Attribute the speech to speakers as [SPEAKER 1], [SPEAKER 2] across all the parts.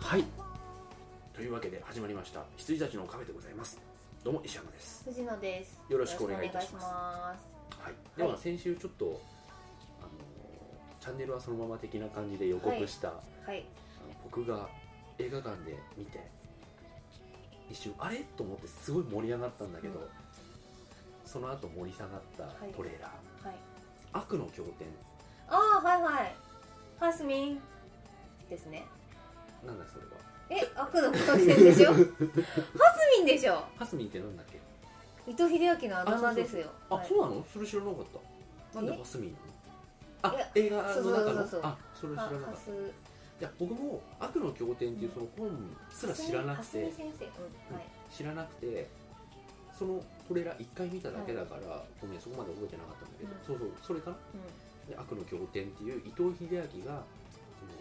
[SPEAKER 1] はいというわけで始まりました羊たちのカフェでございますどうも石山です
[SPEAKER 2] 藤野です。
[SPEAKER 1] よろしくお願いいたします
[SPEAKER 2] よろくお願いします
[SPEAKER 1] はいでは先週ちょっと、あのーチャンネルはそのまま的な感じで予告した、
[SPEAKER 2] はい。
[SPEAKER 1] あの僕が映画館で見て一瞬あれと思ってすごい盛り上がったんだけど、
[SPEAKER 2] うん
[SPEAKER 1] その後盛り下がった
[SPEAKER 2] はい
[SPEAKER 1] トレーラー「
[SPEAKER 2] はい。
[SPEAKER 1] 悪の経典
[SPEAKER 2] ああ、はいはい。ハスミン。ですね。」
[SPEAKER 1] なんだそれは
[SPEAKER 2] え、悪の黒線 でしょハスミンでしょ
[SPEAKER 1] ハスミンってなんだっけ
[SPEAKER 2] 伊藤英明のあだ名ですよ。
[SPEAKER 1] あ、
[SPEAKER 2] はい
[SPEAKER 1] そうなのそれ知らなかったなんで
[SPEAKER 2] え
[SPEAKER 1] ハスミンなの
[SPEAKER 2] い
[SPEAKER 1] あ
[SPEAKER 2] や
[SPEAKER 1] 映画の中
[SPEAKER 2] そうそうそ
[SPEAKER 1] の
[SPEAKER 2] うそう
[SPEAKER 1] あそれ知らな
[SPEAKER 2] は
[SPEAKER 1] かっ
[SPEAKER 2] ハ
[SPEAKER 1] た
[SPEAKER 2] ス
[SPEAKER 1] いや僕も「悪の経典」っていうその本すら知らなく
[SPEAKER 2] ハ
[SPEAKER 1] て
[SPEAKER 2] スミ先生。うん。はい。
[SPEAKER 1] 知らなくてそのトレーラー1回見ただけだから、ごめんそこまで覚えてなかったんだけど、
[SPEAKER 2] うん
[SPEAKER 1] そうそうそれかなで悪の経典っていう伊藤英明がその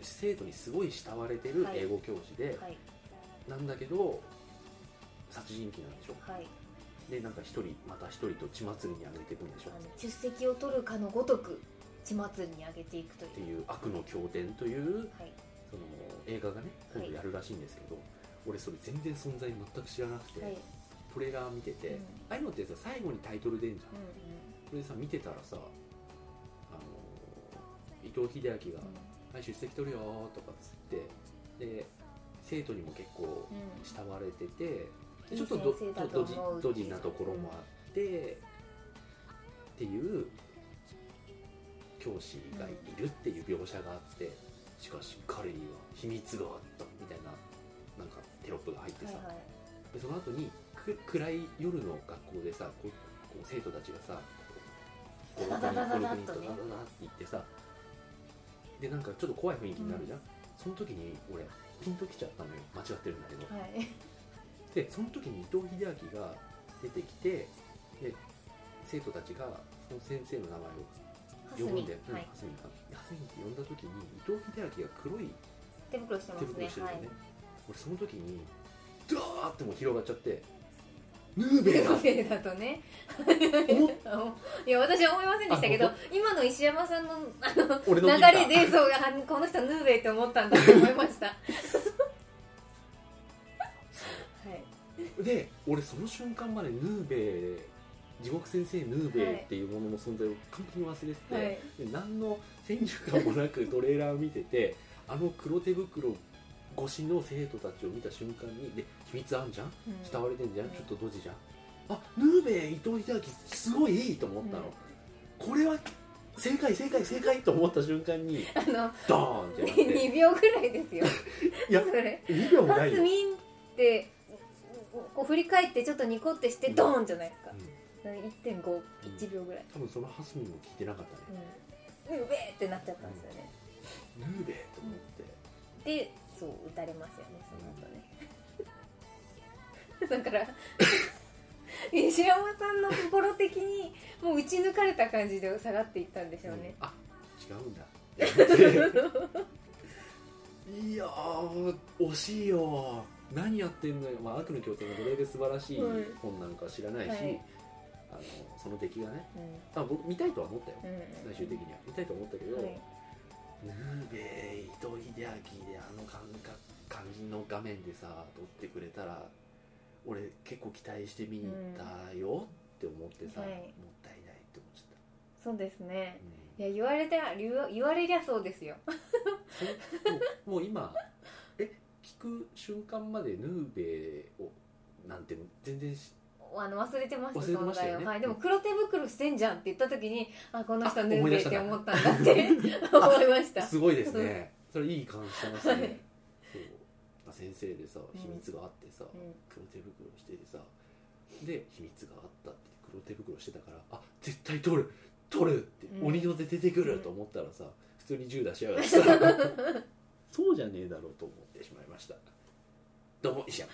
[SPEAKER 1] 生徒にすごい慕われてる
[SPEAKER 2] はい
[SPEAKER 1] 英語教師で、
[SPEAKER 2] うん。はい。
[SPEAKER 1] なんだけど殺人鬼なんでしょ
[SPEAKER 2] はい。
[SPEAKER 1] でなんか一人また一人と血祭りにあげていくんでしょ
[SPEAKER 2] あの出席を取るかのごとく、血祭りに上げていくとい
[SPEAKER 1] って
[SPEAKER 2] う。
[SPEAKER 1] いう悪の経典という
[SPEAKER 2] はい。
[SPEAKER 1] その映画がね今度やるらしいんですけど、俺それ全然存在全く知らなくて、
[SPEAKER 2] はい。
[SPEAKER 1] トレーラー見てて、
[SPEAKER 2] うん
[SPEAKER 1] ああいうのってさ最後にタイトル出んじゃん、
[SPEAKER 2] う
[SPEAKER 1] それでさ見てたらさあの伊藤英明が
[SPEAKER 2] ん
[SPEAKER 1] 「はい出席取るよ」とかっつってで生徒にも結構
[SPEAKER 2] うん。うん。
[SPEAKER 1] 慕われてて、で
[SPEAKER 2] いい
[SPEAKER 1] ちょっとど
[SPEAKER 2] 先生
[SPEAKER 1] ちょ
[SPEAKER 2] だ
[SPEAKER 1] っと
[SPEAKER 2] と
[SPEAKER 1] ドジ
[SPEAKER 2] 思う
[SPEAKER 1] ドジなところもあって、っていう教師がいるっていう描写があってしかし彼には秘密があったみたいななんかテロップが入ってさ、
[SPEAKER 2] はいはい。
[SPEAKER 1] でその後にく暗い夜の学校でさこうこう生徒たちがさこう
[SPEAKER 2] ダダダダダッ
[SPEAKER 1] に
[SPEAKER 2] と
[SPEAKER 1] ダダ
[SPEAKER 2] ね
[SPEAKER 1] ダダって言ってさでなんかちょっと怖い雰囲気になるじゃん、その時に俺ピンときちゃったのよ間違ってるんだけど
[SPEAKER 2] はい。
[SPEAKER 1] でその時に伊藤英明が出てきてで生徒たちがその先生の名前を
[SPEAKER 2] ハス
[SPEAKER 1] 呼
[SPEAKER 2] ミ
[SPEAKER 1] ん
[SPEAKER 2] ン
[SPEAKER 1] でうん
[SPEAKER 2] はい。
[SPEAKER 1] ハスミンかなハスミンって呼んだ時に伊藤英明が黒い
[SPEAKER 2] 手袋してま
[SPEAKER 1] 手
[SPEAKER 2] す
[SPEAKER 1] 袋
[SPEAKER 2] ね。
[SPEAKER 1] してる
[SPEAKER 2] は
[SPEAKER 1] よね
[SPEAKER 2] い。
[SPEAKER 1] 俺その時にドワーってもう広がっちゃ ってヌーベーだ
[SPEAKER 2] ベルだとね
[SPEAKER 1] 思っ
[SPEAKER 2] いや私は思いませんでしたけ
[SPEAKER 1] あ
[SPEAKER 2] ど今の石山さんのあの
[SPEAKER 1] 俺
[SPEAKER 2] 流
[SPEAKER 1] の見た
[SPEAKER 2] れでそうあこの人ヌーベイって思ったんだと思いましたは
[SPEAKER 1] そ
[SPEAKER 2] いう
[SPEAKER 1] で俺その瞬間までヌーベー地獄先生ヌーベーっていうものの存在を完璧に忘れてて、
[SPEAKER 2] はい
[SPEAKER 1] で何の先入観もなくトレーラーを見ててあの黒手袋越しの生徒たちを見た瞬間にで秘密あんじゃん
[SPEAKER 2] うん
[SPEAKER 1] 慕われてんじゃん、
[SPEAKER 2] うん
[SPEAKER 1] ちょっとドジじゃんあヌーベー伊藤英明すごいいいと思ったの、これは正解正解正解と思った瞬間 に
[SPEAKER 2] あの
[SPEAKER 1] ドーンってな って
[SPEAKER 2] 2秒ぐらいですよ
[SPEAKER 1] いや
[SPEAKER 2] それ
[SPEAKER 1] 2秒も
[SPEAKER 2] ハ
[SPEAKER 1] ない
[SPEAKER 2] ス
[SPEAKER 1] よ、
[SPEAKER 2] ミンってこう振り返ってちょっとニコってしてドーンじゃないですか
[SPEAKER 1] うんん
[SPEAKER 2] 1.51秒ぐらい
[SPEAKER 1] 多分そのハスミンも聞いてなかったね、
[SPEAKER 2] うんヌーベイってなっちゃったんですよね
[SPEAKER 1] ヌーベーと思って、
[SPEAKER 2] でそう打たれますよねその後ねだから石山さんのところ的にもう打ち抜かれた感じで下がっていったんでしょうね、
[SPEAKER 1] うんあ違うんだって思っていやー惜しいよ何やってんのよ、まあ、悪の教典がどれだけ素晴らしい
[SPEAKER 2] はい
[SPEAKER 1] 本なのか知らないし、
[SPEAKER 2] はい
[SPEAKER 1] あのその出来がね
[SPEAKER 2] うん
[SPEAKER 1] まあ僕見たいとは思ったよ、
[SPEAKER 2] う
[SPEAKER 1] 最
[SPEAKER 2] ん
[SPEAKER 1] 終的には見たいと思ったけど、
[SPEAKER 2] はい
[SPEAKER 1] ヌーベイ伊藤英明であの感覚感じの画面でさ撮ってくれたら俺結構期待して見に行ったよって思ってさ、
[SPEAKER 2] はい
[SPEAKER 1] もったいないって思っちゃった、
[SPEAKER 2] そうですね
[SPEAKER 1] うん
[SPEAKER 2] いや言われたら言わ言われりゃそうですよ
[SPEAKER 1] えもうもう今え聞く瞬間までヌーベをなんて全然し
[SPEAKER 2] あの忘れてました
[SPEAKER 1] 忘れてましたよね
[SPEAKER 2] 存在をはい、でも黒手袋してんじゃんって言った時にあこの人
[SPEAKER 1] あ
[SPEAKER 2] ヌーベイって思
[SPEAKER 1] 思
[SPEAKER 2] ったんだって 思いました
[SPEAKER 1] すごいですねそれいい感じしてますね、
[SPEAKER 2] はい
[SPEAKER 1] そうまあ先生でさ
[SPEAKER 2] うん
[SPEAKER 1] 秘密があってさ、
[SPEAKER 2] うん
[SPEAKER 1] 黒手袋しててさで秘密があったって黒手袋してたからあ絶対取る取るって、
[SPEAKER 2] うん
[SPEAKER 1] 鬼の手出てくると思ったらさ普通に銃出しやがってさそうじゃねえだろうと思ってしまいましたどうも石山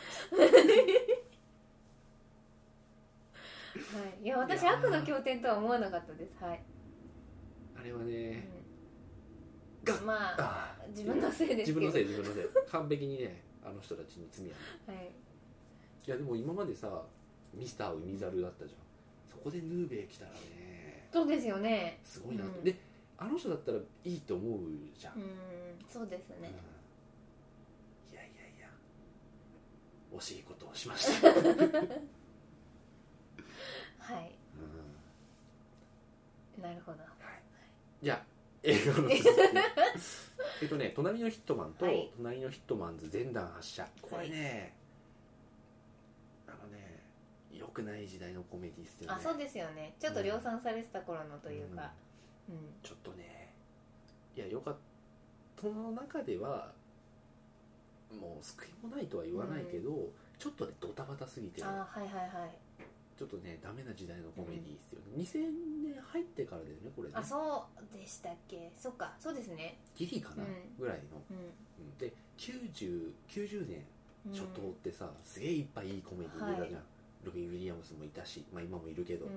[SPEAKER 2] はい、いや私
[SPEAKER 1] いやー
[SPEAKER 2] 悪の経典とは思わなかったですはい、
[SPEAKER 1] あれは
[SPEAKER 2] う
[SPEAKER 1] ね、
[SPEAKER 2] ん
[SPEAKER 1] が
[SPEAKER 2] まあ
[SPEAKER 1] ああ
[SPEAKER 2] 自分のせいです
[SPEAKER 1] 自
[SPEAKER 2] けど
[SPEAKER 1] 分のせい自分のせい完璧にねあの人たちに罪やね
[SPEAKER 2] はい、
[SPEAKER 1] いやでも今までさミスター海猿だったじゃんそこでヌーベイ来たらね
[SPEAKER 2] そうですよね
[SPEAKER 1] すごいなって、
[SPEAKER 2] うん
[SPEAKER 1] であの人だったらいいと思うじゃん、
[SPEAKER 2] うんそうですね
[SPEAKER 1] うん惜しいことをしました、 うん、
[SPEAKER 2] はいなるほど
[SPEAKER 1] じゃあ映画の 続きえっとね「隣のヒットマン」と
[SPEAKER 2] はい
[SPEAKER 1] 「隣のヒットマンズ全弾発射」これね、あのね良くない時代のコメディっすよ
[SPEAKER 2] あ
[SPEAKER 1] ね
[SPEAKER 2] そうですよねちょっと量産されてた頃のというかうん、
[SPEAKER 1] ちょっとねいやよかったその中ではもう救いもないとは言わないけど、ちょっとねドタバタすぎて
[SPEAKER 2] あーはいはいはい
[SPEAKER 1] ちょっとねダメな時代のコメディですよね、2000年入ってからだよねこれね
[SPEAKER 2] あそうでしたっけそっかそうですね
[SPEAKER 1] ギリかな、
[SPEAKER 2] うん
[SPEAKER 1] ぐらいの、
[SPEAKER 2] うん
[SPEAKER 1] うんで 90, 90年
[SPEAKER 2] うん
[SPEAKER 1] 初頭ってさ、すげえいっぱいいいコメディ出たじゃん、ロビン・ウィリアムスもいたし、まあ、今もいるけど、
[SPEAKER 2] うん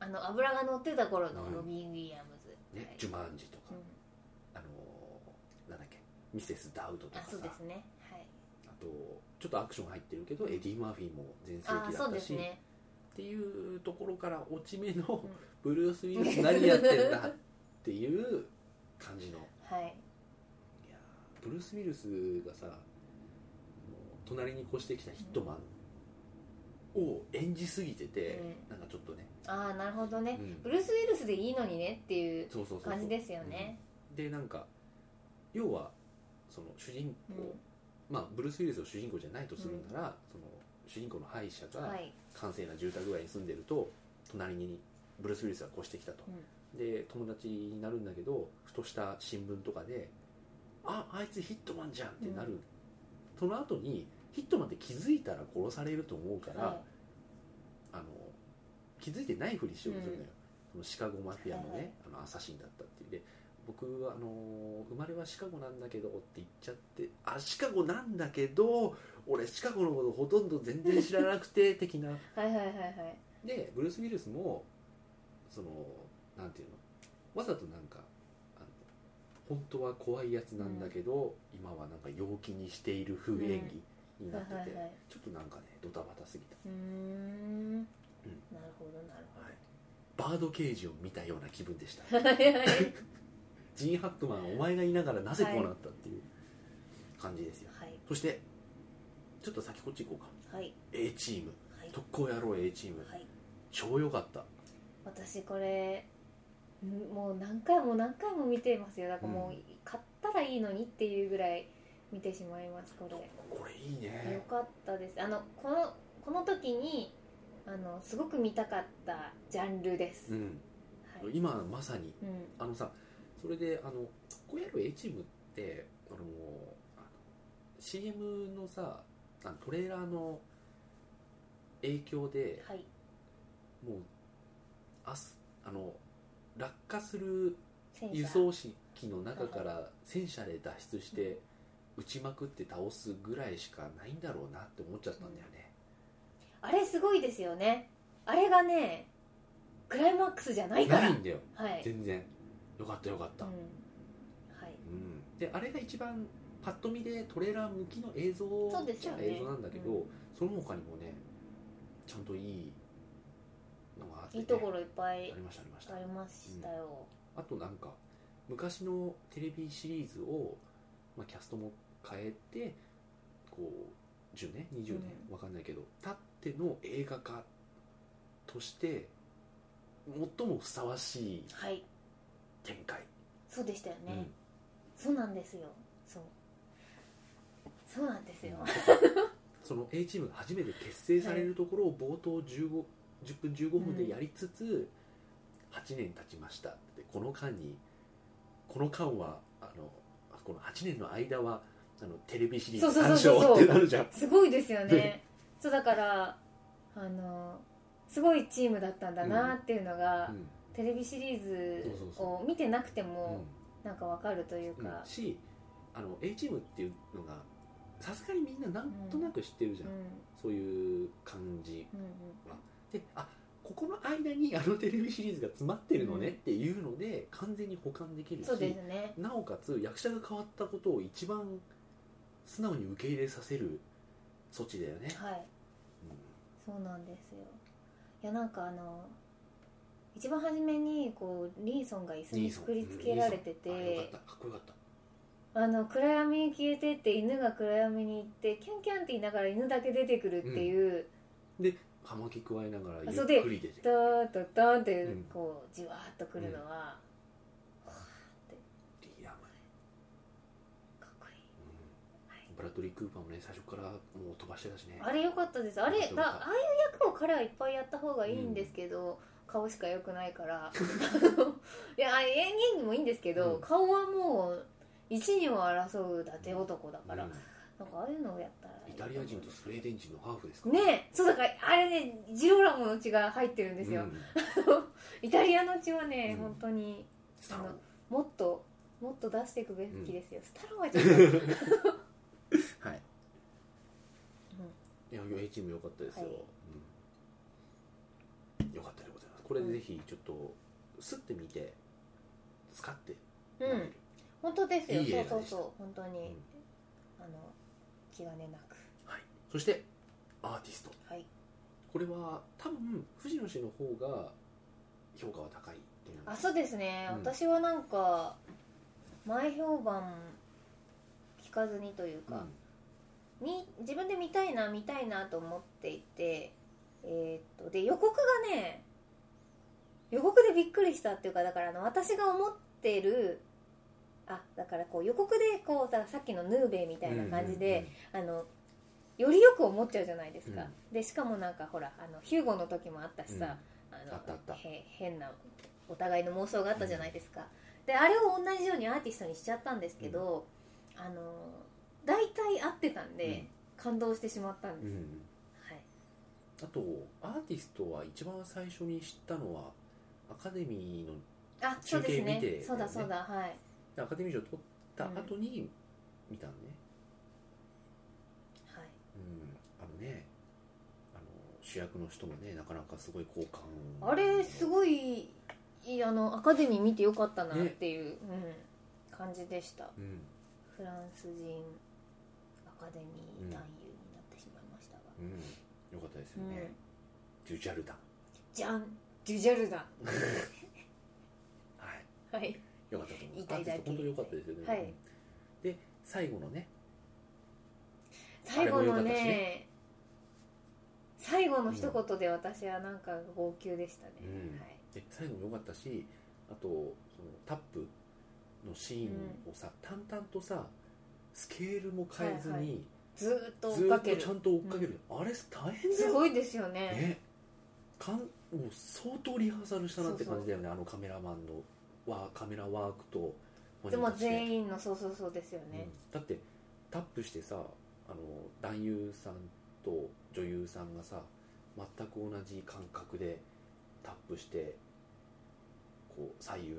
[SPEAKER 2] あの油が乗ってた頃の
[SPEAKER 1] うん
[SPEAKER 2] ロビン・ウィリアムズ、
[SPEAKER 1] ね、
[SPEAKER 2] はい
[SPEAKER 1] ジュマンジとか、
[SPEAKER 2] うん
[SPEAKER 1] あのーなんだっけミセス・ダウトとか
[SPEAKER 2] あ
[SPEAKER 1] さ
[SPEAKER 2] そうですねはい
[SPEAKER 1] あとちょっとアクション入ってるけどエディ・マーフィーも全盛
[SPEAKER 2] あ
[SPEAKER 1] 期だ
[SPEAKER 2] そう
[SPEAKER 1] っ
[SPEAKER 2] で
[SPEAKER 1] た
[SPEAKER 2] す
[SPEAKER 1] し、
[SPEAKER 2] ね
[SPEAKER 1] っていうところから落ち目の
[SPEAKER 2] ん
[SPEAKER 1] ブルース・ウィルス何やってんだっていう感じのい
[SPEAKER 2] はい
[SPEAKER 1] やーブルース・ウィルスがさもう隣に越してきたヒットマンを演じすぎてて、
[SPEAKER 2] う
[SPEAKER 1] な
[SPEAKER 2] ん
[SPEAKER 1] んかちょっとね、
[SPEAKER 2] ああなるほど
[SPEAKER 1] う
[SPEAKER 2] ね、
[SPEAKER 1] ん
[SPEAKER 2] ブルース・ウィルスでいいのにねっていう
[SPEAKER 1] そうそうそうそう
[SPEAKER 2] 感じですよね、
[SPEAKER 1] うんでなんか要はその主人公、まあブルース・ウィルスを主人公じゃないとするなら、その主人公の敗者が、
[SPEAKER 2] はい
[SPEAKER 1] 閑静な住宅街に住んでると隣にブルース・ウィルスが越してきたと、で友達になるんだけどふとした新聞とかで「ああいつヒットマンじゃん」ってなる、
[SPEAKER 2] うん
[SPEAKER 1] その後にヒットマンって気づいたら殺されると思うから、
[SPEAKER 2] は
[SPEAKER 1] あの気づいてないふりしようとするのよ、そのシカゴマフィアのね、
[SPEAKER 2] はいはい、
[SPEAKER 1] あのアサシンだったっていうで僕はあのー生まれはシカゴなんだけどって言っちゃってあシカゴなんだけど俺シカゴのことほとんど全然知らなくて的ない
[SPEAKER 2] はいはいはいはい
[SPEAKER 1] でブルース・ウィルスもそのなんていうのわざとなんかあの本当は怖いやつなんだけど、今はなんか陽気にしている風演技にな
[SPEAKER 2] は
[SPEAKER 1] ってて、
[SPEAKER 2] いはいはい
[SPEAKER 1] ちょっとなんかねドタバタすぎた、
[SPEAKER 2] うーんなるほどなる
[SPEAKER 1] バードケージを見たような気分でした
[SPEAKER 2] ほどはいはい
[SPEAKER 1] ジン・ハックマンお前がいながらなぜこうなったっていう感じですよ、そしてちょっと先こっち行こうか
[SPEAKER 2] はい
[SPEAKER 1] A チーム
[SPEAKER 2] はい
[SPEAKER 1] 特攻野郎 A チーム
[SPEAKER 2] はい
[SPEAKER 1] 超良かった
[SPEAKER 2] 私これんもう何回も何回も見てますよだからもう、
[SPEAKER 1] うん
[SPEAKER 2] 買ったらいいのにっていうぐらい見てしまいますこれ
[SPEAKER 1] これいい
[SPEAKER 2] よ
[SPEAKER 1] ね
[SPEAKER 2] かったですあのこのこの時にあのすごく見たかったジャンルです、
[SPEAKER 1] う
[SPEAKER 2] は
[SPEAKER 1] ん
[SPEAKER 2] い、
[SPEAKER 1] 今まさに
[SPEAKER 2] うん
[SPEAKER 1] あのさそれであの特攻野郎 A チームってあのあの CM のさあのトレーラーの影響で
[SPEAKER 2] はい
[SPEAKER 1] もうあすあの落下する
[SPEAKER 2] 戦車
[SPEAKER 1] 輸送機の中から戦車で脱出し
[SPEAKER 2] う
[SPEAKER 1] て撃ちまくって倒すぐらいしかないんだろうなって思っちゃったんだよね、
[SPEAKER 2] あれすごいですよねあれがねクライマックスじゃないか
[SPEAKER 1] な
[SPEAKER 2] ら
[SPEAKER 1] いんだよ
[SPEAKER 2] はい、
[SPEAKER 1] 全然よかったよかっ
[SPEAKER 2] う
[SPEAKER 1] た、
[SPEAKER 2] ん
[SPEAKER 1] うん
[SPEAKER 2] はい、
[SPEAKER 1] であれが一番パッと見でトレーラー向きの映像
[SPEAKER 2] そうです
[SPEAKER 1] じ
[SPEAKER 2] よ
[SPEAKER 1] ゃ
[SPEAKER 2] ね
[SPEAKER 1] 映像なんだけど、
[SPEAKER 2] う
[SPEAKER 1] その他にもねちゃんといいのがあって、
[SPEAKER 2] い
[SPEAKER 1] ね、
[SPEAKER 2] いところいっぱい
[SPEAKER 1] ありましたありました
[SPEAKER 2] ありましたよ、
[SPEAKER 1] あとなんか昔のテレビシリーズを、まあ、キャストも変えてこう10年20年
[SPEAKER 2] う
[SPEAKER 1] わかんないけどたっての映画化として最もふさわしい
[SPEAKER 2] はい
[SPEAKER 1] 展開、
[SPEAKER 2] そうでしたよね、
[SPEAKER 1] うん
[SPEAKER 2] そうなんですよそうそうなんですよ、
[SPEAKER 1] その A チームが初めて結成されるところを冒頭15 10分15分でやりつつ、8年経ちましたでこの間にこの間はあのあこの8年の間はあのテレビシリーズ
[SPEAKER 2] そう
[SPEAKER 1] 鑑
[SPEAKER 2] そうそうそう
[SPEAKER 1] 賞ってなるじゃん
[SPEAKER 2] すごいですよね
[SPEAKER 1] ね
[SPEAKER 2] そうだからあのすごいチームだったんだなっていうのが、
[SPEAKER 1] うん
[SPEAKER 2] テレビシリーズ
[SPEAKER 1] そうそう
[SPEAKER 2] を見てなくても
[SPEAKER 1] う
[SPEAKER 2] なんかわかるというんか、
[SPEAKER 1] しあの A チームっていうのがさすがにみんななんとなく知ってるじ
[SPEAKER 2] う
[SPEAKER 1] ゃ
[SPEAKER 2] ん
[SPEAKER 1] ん、そういう感じ
[SPEAKER 2] うん
[SPEAKER 1] であここの間にあのテレビシリーズが詰まってるのねっていうので完全に保管でき
[SPEAKER 2] う
[SPEAKER 1] る
[SPEAKER 2] ん、
[SPEAKER 1] し
[SPEAKER 2] そうですね
[SPEAKER 1] なおかつ役者が変わったことを一番素直に受け入れさせる措置だよね、
[SPEAKER 2] はい
[SPEAKER 1] うん
[SPEAKER 2] そうなんですよいやなんかあの一番初めにこうリーソンが椅子に作りつけられてて、
[SPEAKER 1] リーソンあよかったかっこよかった
[SPEAKER 2] あの暗闇に消えてって犬が暗闇に行ってキャンキャンって言いながら犬だけ出てくるっていう、
[SPEAKER 1] で葉巻加えながらゆ
[SPEAKER 2] あそう
[SPEAKER 1] っ
[SPEAKER 2] で
[SPEAKER 1] くり出て
[SPEAKER 2] ドーンとドーンって
[SPEAKER 1] うん
[SPEAKER 2] こうじわーっとくるのは、
[SPEAKER 1] リアム
[SPEAKER 2] かっこいい、はい
[SPEAKER 1] うんブラッドリー・クーパーもね最初からもう飛ばしてたしね
[SPEAKER 2] あれ良かったですあ
[SPEAKER 1] 面
[SPEAKER 2] れ
[SPEAKER 1] 白か
[SPEAKER 2] だ
[SPEAKER 1] った
[SPEAKER 2] ああいう役を彼はいっぱいやった方がいいんですけど、顔しか良くないからいや演技もいいんですけど、
[SPEAKER 1] うん
[SPEAKER 2] 顔はもう一二を争う伊達男だから、
[SPEAKER 1] うん
[SPEAKER 2] なんかああいうのをやったら
[SPEAKER 1] イ
[SPEAKER 2] いい
[SPEAKER 1] タリア人とスウェーデン人のハーフですから
[SPEAKER 2] ねえそうだからあれねジローラモの血が入ってるんですよ、
[SPEAKER 1] うん
[SPEAKER 2] イタリアの血はね、
[SPEAKER 1] うん
[SPEAKER 2] 本当に
[SPEAKER 1] スタローン
[SPEAKER 2] もっともっと出していくべきですよ、スタローはちょっと
[SPEAKER 1] はいいや、A チーム良かったですよ。
[SPEAKER 2] はい
[SPEAKER 1] うん良かったでございます。これぜひちょっと、すってみて、使って、
[SPEAKER 2] うん、
[SPEAKER 1] 舐める
[SPEAKER 2] 本当ですよ
[SPEAKER 1] いい映
[SPEAKER 2] そ
[SPEAKER 1] 画
[SPEAKER 2] う
[SPEAKER 1] でした
[SPEAKER 2] そうそう本当に、
[SPEAKER 1] うん
[SPEAKER 2] あの気兼ねなく
[SPEAKER 1] はい。そして、アーティスト。
[SPEAKER 2] はい
[SPEAKER 1] これは、多分、藤野氏の方が、評価は高いと思いま
[SPEAKER 2] あ
[SPEAKER 1] す。
[SPEAKER 2] そうですね、
[SPEAKER 1] うん
[SPEAKER 2] 私はなんか前評判聞かずにというか、み自分で見たいな見たいなと思っていてえーっとで予告がね予告でびっくりしたっていうかだからあの私が思ってるあだからこう予告でこうささっきのヌーベイみたいな感じで、あのよりよく思っちゃうじゃないですか、でしかもなんかほらあのヒューゴの時もあったし
[SPEAKER 1] うん、
[SPEAKER 2] さ、あの
[SPEAKER 1] あったあった
[SPEAKER 2] へ変なお互いの妄想があったじゃないですか、であれを同じようにアーティストにしちゃったんですけど、あの大体合ってたんで、
[SPEAKER 1] うん
[SPEAKER 2] 感動してしまったん
[SPEAKER 1] う
[SPEAKER 2] です、
[SPEAKER 1] んうん
[SPEAKER 2] はい、
[SPEAKER 1] あと、アーティストは一番最初に知ったのは、アカデミーの
[SPEAKER 2] あそうです
[SPEAKER 1] 中継見て
[SPEAKER 2] ね
[SPEAKER 1] ね
[SPEAKER 2] そうだそうだはい
[SPEAKER 1] アカデミー賞を取った後に見たのね、
[SPEAKER 2] はい
[SPEAKER 1] うん、あのねあの主役の人もねなかなかすごい好感
[SPEAKER 2] あれす
[SPEAKER 1] い
[SPEAKER 2] ごいいいあのアカデミー見てよかったなっていう、うん、感じでした
[SPEAKER 1] うん、
[SPEAKER 2] フランス人アカデミー男優になってしまいましたが、
[SPEAKER 1] うん、よかったですよね、
[SPEAKER 2] うん
[SPEAKER 1] ジュジャルダン
[SPEAKER 2] じゃんジュジャルダ
[SPEAKER 1] はい
[SPEAKER 2] はい
[SPEAKER 1] よかったと思い
[SPEAKER 2] 言
[SPEAKER 1] ま
[SPEAKER 2] い
[SPEAKER 1] す
[SPEAKER 2] た
[SPEAKER 1] ア
[SPEAKER 2] い
[SPEAKER 1] ーティ
[SPEAKER 2] だ
[SPEAKER 1] ス
[SPEAKER 2] け
[SPEAKER 1] ト本当によかったですよね、
[SPEAKER 2] はい
[SPEAKER 1] うんで最後のね
[SPEAKER 2] 最後
[SPEAKER 1] あれも良か
[SPEAKER 2] の
[SPEAKER 1] った
[SPEAKER 2] ね
[SPEAKER 1] し
[SPEAKER 2] 最後の一言で私はなんか号泣でしたね、
[SPEAKER 1] うん
[SPEAKER 2] はい、
[SPEAKER 1] で最後もよかったしあとそのタップのシーンをさ、淡々とさスケールも変えずに、
[SPEAKER 2] はいはずーっと
[SPEAKER 1] ず
[SPEAKER 2] 追っ
[SPEAKER 1] ー
[SPEAKER 2] か
[SPEAKER 1] っ
[SPEAKER 2] け
[SPEAKER 1] と
[SPEAKER 2] る
[SPEAKER 1] ちゃんと追っかける、あれ大変だ
[SPEAKER 2] す
[SPEAKER 1] よ
[SPEAKER 2] ごいですよね
[SPEAKER 1] ねかんもう相当リハーサルしたなって感じだよねあのカメラマンのワーカメラワークとモ
[SPEAKER 2] でも
[SPEAKER 1] チね
[SPEAKER 2] 全員のそうそうそうですよね、
[SPEAKER 1] うんだってタップしてさあの男優さんと女優さんがさ全く同じ感覚でタップしてこう左右に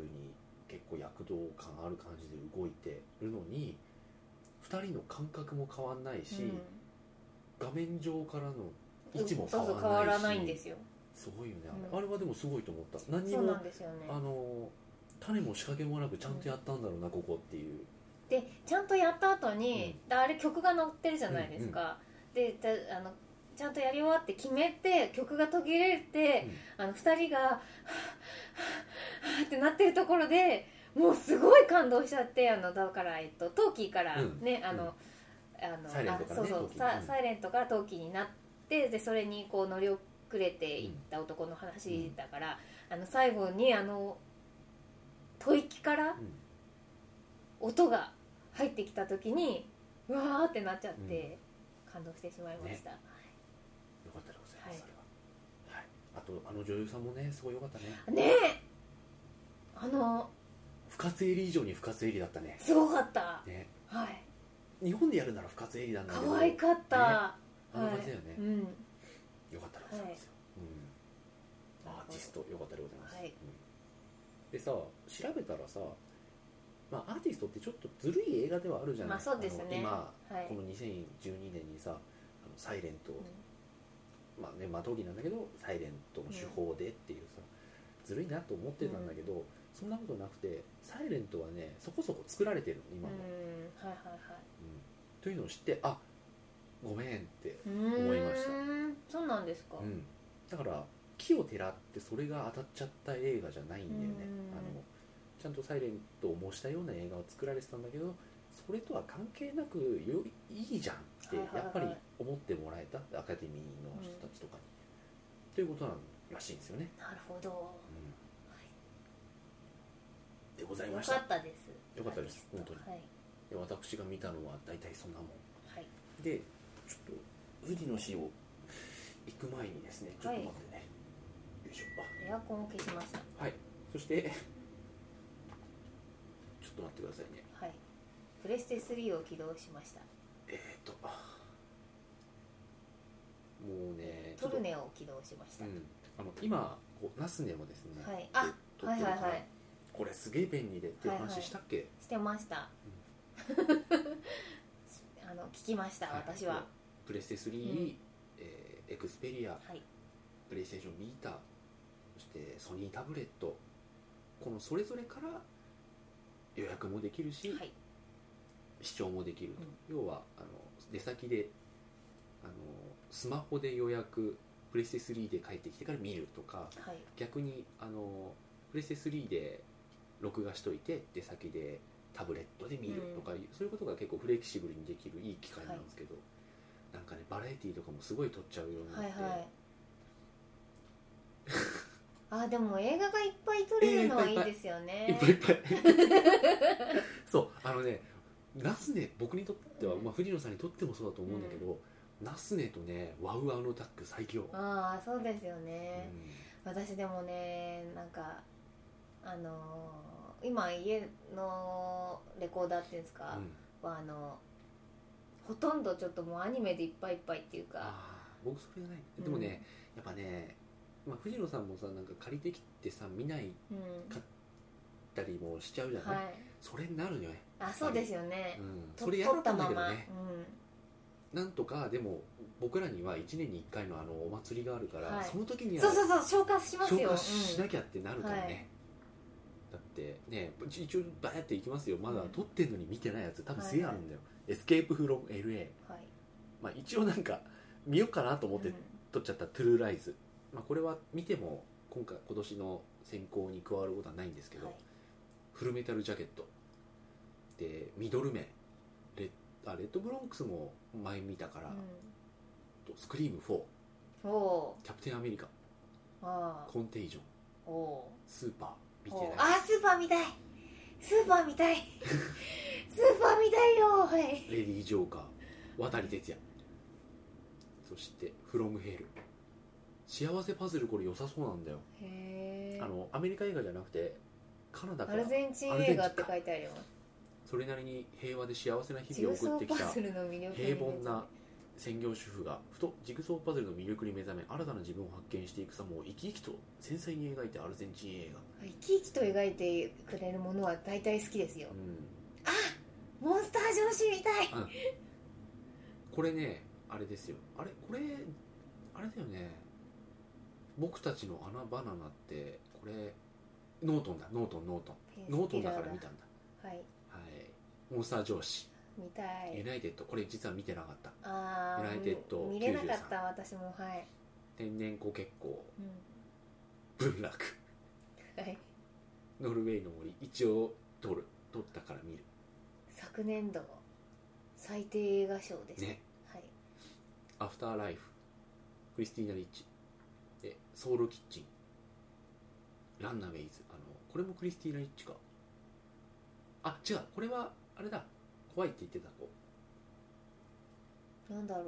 [SPEAKER 1] 結構躍動感ある感じで動いてるのに2人の感覚も変わんないし、画面上からの位置も変
[SPEAKER 2] そう
[SPEAKER 1] わん
[SPEAKER 2] そう
[SPEAKER 1] ないし
[SPEAKER 2] 変わらないんですよ
[SPEAKER 1] すごいよねあれ,、
[SPEAKER 2] うん
[SPEAKER 1] あれはでもすごいと思った何に
[SPEAKER 2] そう
[SPEAKER 1] も、
[SPEAKER 2] なんですよね
[SPEAKER 1] あの種も仕掛けもなくちゃんとやったんだろうな、ここっていう
[SPEAKER 2] でちゃんとやった後に、だあれ曲が乗ってるじゃないですか、でだあのちゃんとやり終わって決めて曲が途切れて、あの2人が「はぁはぁはぁってなってるところでもうすごい感動しちゃってあのだから、えっと、トーキーから
[SPEAKER 1] うん
[SPEAKER 2] ね、あ
[SPEAKER 1] うん
[SPEAKER 2] のあの
[SPEAKER 1] サイレントからね
[SPEAKER 2] あそうそう
[SPEAKER 1] トーキー
[SPEAKER 2] サ
[SPEAKER 1] うん
[SPEAKER 2] サイレントからトーキーになってでそれにこう乗り遅れていった男の話だから、あの最後にあの吐息から。
[SPEAKER 1] う
[SPEAKER 2] 音が入ってきた時にうわーってなっちゃって、感動してしまいました、
[SPEAKER 1] んよかったでございま
[SPEAKER 2] はい
[SPEAKER 1] す、それは、はい、あとあの女優さんもねすごいよかったね
[SPEAKER 2] ねえあの
[SPEAKER 1] 不活エリ以上に不活エリだったね
[SPEAKER 2] すごかった
[SPEAKER 1] ね
[SPEAKER 2] はい
[SPEAKER 1] 日本でやるなら不活エリなんだけど
[SPEAKER 2] 可愛かった、
[SPEAKER 1] あの
[SPEAKER 2] は
[SPEAKER 1] 感じだよね
[SPEAKER 2] い、うん
[SPEAKER 1] よかったでございますよ、うん、アーティストよかったでございます、
[SPEAKER 2] はい
[SPEAKER 1] うんでさ調べたらさまあ、アーティストってちょっとずるい映画ではあるじゃない
[SPEAKER 2] まあそうですね
[SPEAKER 1] あの今、
[SPEAKER 2] はい
[SPEAKER 1] この2012年にさ「あのサイレント
[SPEAKER 2] うん
[SPEAKER 1] まあね、まあ、闘技なんだけど「サイレントの手法でっていうさ、ずるいなと思ってたんだけど、そんなことなくて「サイレントはねそこそこ作られてるの今も、うん
[SPEAKER 2] うんはいはいはい
[SPEAKER 1] というのを知ってあごめんって、
[SPEAKER 2] うーん
[SPEAKER 1] 思いました
[SPEAKER 2] そうなんですか、
[SPEAKER 1] うんだから木をてらってそれが当たっちゃった映画じゃないんだよね、
[SPEAKER 2] うん
[SPEAKER 1] あのちゃんと「サイレントを模したような映画を作られてたんだけどそれとは関係なくよいいじゃんってや
[SPEAKER 2] はい
[SPEAKER 1] っぱり
[SPEAKER 2] はいはい
[SPEAKER 1] 思ってもらえたアカデミーの人たちとかに、ということなんらしいんですよね、
[SPEAKER 2] なるほど、
[SPEAKER 1] うん
[SPEAKER 2] は
[SPEAKER 1] でござい
[SPEAKER 2] い、よ
[SPEAKER 1] まし
[SPEAKER 2] か
[SPEAKER 1] た
[SPEAKER 2] ったです
[SPEAKER 1] よかったです
[SPEAKER 2] アーティストはい、
[SPEAKER 1] で私が見たのは大体そんなもん
[SPEAKER 2] はい、
[SPEAKER 1] でちょっとウニの死を行く前にですねちょっと待ってね、よいしょ
[SPEAKER 2] エアコンを消しました
[SPEAKER 1] あはいそしてちょっと待ってくださいね
[SPEAKER 2] はいプレステ3を起動しました
[SPEAKER 1] えー、っともうね
[SPEAKER 2] トル
[SPEAKER 1] ね
[SPEAKER 2] ネを起動しまし
[SPEAKER 1] う
[SPEAKER 2] た、
[SPEAKER 1] んあの今こうナスネもですね、
[SPEAKER 2] はいあ
[SPEAKER 1] 撮っ
[SPEAKER 2] は
[SPEAKER 1] て
[SPEAKER 2] い
[SPEAKER 1] る
[SPEAKER 2] は
[SPEAKER 1] か
[SPEAKER 2] い
[SPEAKER 1] ら
[SPEAKER 2] はい
[SPEAKER 1] これすげえ便利でっていう
[SPEAKER 2] はいは
[SPEAKER 1] 話
[SPEAKER 2] い
[SPEAKER 1] したっけ、
[SPEAKER 2] してました、 あの聞きました、
[SPEAKER 1] はい
[SPEAKER 2] 私は
[SPEAKER 1] プレステ3、
[SPEAKER 2] うん
[SPEAKER 1] えーエクスペリア
[SPEAKER 2] はい
[SPEAKER 1] プレイステーションビータそしてソニータブレットこのそれぞれから予約もできるし、
[SPEAKER 2] はい
[SPEAKER 1] 視聴もできると、要はあの出先であのスマホで予約プレイステ3で帰ってきてから見るとか
[SPEAKER 2] はい
[SPEAKER 1] 逆にあのプレイステ3で録画しといて出先でタブレットで見るとか、そういうことが結構フレキシブルにできるいい機会なんですけど、なんかねバラエティーとかもすごい撮っちゃうようになっ
[SPEAKER 2] は
[SPEAKER 1] て、
[SPEAKER 2] いはい あーでも映画がいっぱい撮れるのはいいですよね
[SPEAKER 1] いっぱいいっぱいそうあのねナスネ僕にとっては、まあ、藤野さんにとってもそうだと思うんだけど、ナスネとねワウワウのタッグ最強、うん
[SPEAKER 2] ああそうですよね、私でもねなんかあのー今家のレコーダーっていうんですか、
[SPEAKER 1] うん
[SPEAKER 2] はあのほとんどちょっともうアニメでいっぱいいっぱいっていうか
[SPEAKER 1] あー僕それがないでもね、やっぱね、まあ、藤野さんもさなんか借りてきてさ見ない
[SPEAKER 2] うん、
[SPEAKER 1] たりもしちゃうじゃない、
[SPEAKER 2] はい
[SPEAKER 1] それになるよね、
[SPEAKER 2] あそうですよね
[SPEAKER 1] う、ん、
[SPEAKER 2] と
[SPEAKER 1] それや
[SPEAKER 2] 撮
[SPEAKER 1] ら
[SPEAKER 2] っ
[SPEAKER 1] か
[SPEAKER 2] た
[SPEAKER 1] ったんだ
[SPEAKER 2] ま
[SPEAKER 1] けど
[SPEAKER 2] ま、
[SPEAKER 1] ねなんとかでも僕らには1年に1回のあのお祭りがあるから、
[SPEAKER 2] はい
[SPEAKER 1] その時
[SPEAKER 2] う
[SPEAKER 1] に
[SPEAKER 2] ん、
[SPEAKER 1] は
[SPEAKER 2] そうそうそう消化します
[SPEAKER 1] 消
[SPEAKER 2] よ
[SPEAKER 1] 化しな
[SPEAKER 2] うん
[SPEAKER 1] きゃってなるからね、だってね一応バーっていきますよまだ撮ってんのに見てないやつ多分すげえあるんだよ、エスケープフロム LA、
[SPEAKER 2] はい
[SPEAKER 1] まあ、一応なんか見ようかなと思って
[SPEAKER 2] う
[SPEAKER 1] 撮っちゃったトゥルーライズ、まあ、これは見ても今回今年の選考に加わることはないんですけ
[SPEAKER 2] ん
[SPEAKER 1] ど、
[SPEAKER 2] はい
[SPEAKER 1] フルメタルジャケットでミドルメンレッあレッドブロンクスも前見たから、とスクリーム4
[SPEAKER 2] うん、お
[SPEAKER 1] キャプテンアメリカ
[SPEAKER 2] ーあ
[SPEAKER 1] コンテージョン
[SPEAKER 2] ーお
[SPEAKER 1] スーパー見
[SPEAKER 2] ー
[SPEAKER 1] て
[SPEAKER 2] お
[SPEAKER 1] な
[SPEAKER 2] ー
[SPEAKER 1] い
[SPEAKER 2] あースーパー見たいスーパー見たい スーパー見たいよはい
[SPEAKER 1] レディー・ジョーカー渡哲也そして「フロム・ヘール」幸せパズルこれ良さそうなんだよ
[SPEAKER 2] へ
[SPEAKER 1] あのアメリカ映画じゃなくてカナダ
[SPEAKER 2] ア
[SPEAKER 1] から
[SPEAKER 2] ルゼンチン映画って書いてありま
[SPEAKER 1] それなりに平和で幸せな
[SPEAKER 2] す
[SPEAKER 1] 日
[SPEAKER 2] ジ
[SPEAKER 1] 々
[SPEAKER 2] グ
[SPEAKER 1] を送
[SPEAKER 2] ソ
[SPEAKER 1] って
[SPEAKER 2] ー
[SPEAKER 1] き
[SPEAKER 2] パ
[SPEAKER 1] た
[SPEAKER 2] ズルの魅力に
[SPEAKER 1] 平凡な専業主婦がふとジグソーパズルの魅力に目覚め新たな自分を発見していく様を生き生きと繊細に描いたアルゼンチン映
[SPEAKER 2] 生き生きと描いてくれるものは大体好きですよ
[SPEAKER 1] 画、うん、
[SPEAKER 2] モンスター上司みたい
[SPEAKER 1] これねあれですよあれこれあれだよね僕たちの穴バナナってこれノートンだノートンノートンノートンだから見たんだ
[SPEAKER 2] はい
[SPEAKER 1] はいモンスター上司
[SPEAKER 2] 見た
[SPEAKER 1] ユ
[SPEAKER 2] い
[SPEAKER 1] ナイテッドこれ実は見てなかった
[SPEAKER 2] ああ
[SPEAKER 1] ユナイテッド
[SPEAKER 2] 見れなかった私もはい、
[SPEAKER 1] 天然湖結構
[SPEAKER 2] うん
[SPEAKER 1] 文楽
[SPEAKER 2] はい、
[SPEAKER 1] ノルウェーの森一応撮る撮ったから見る
[SPEAKER 2] 昨年度最低映画賞です
[SPEAKER 1] ね
[SPEAKER 2] はい
[SPEAKER 1] アフターライフクリスティーナ・リッチでソウルキッチンランナウェイズあのこれもクリスティーナ・リッチかあ違うこれはあれだ怖いって言ってた子
[SPEAKER 2] なんだろう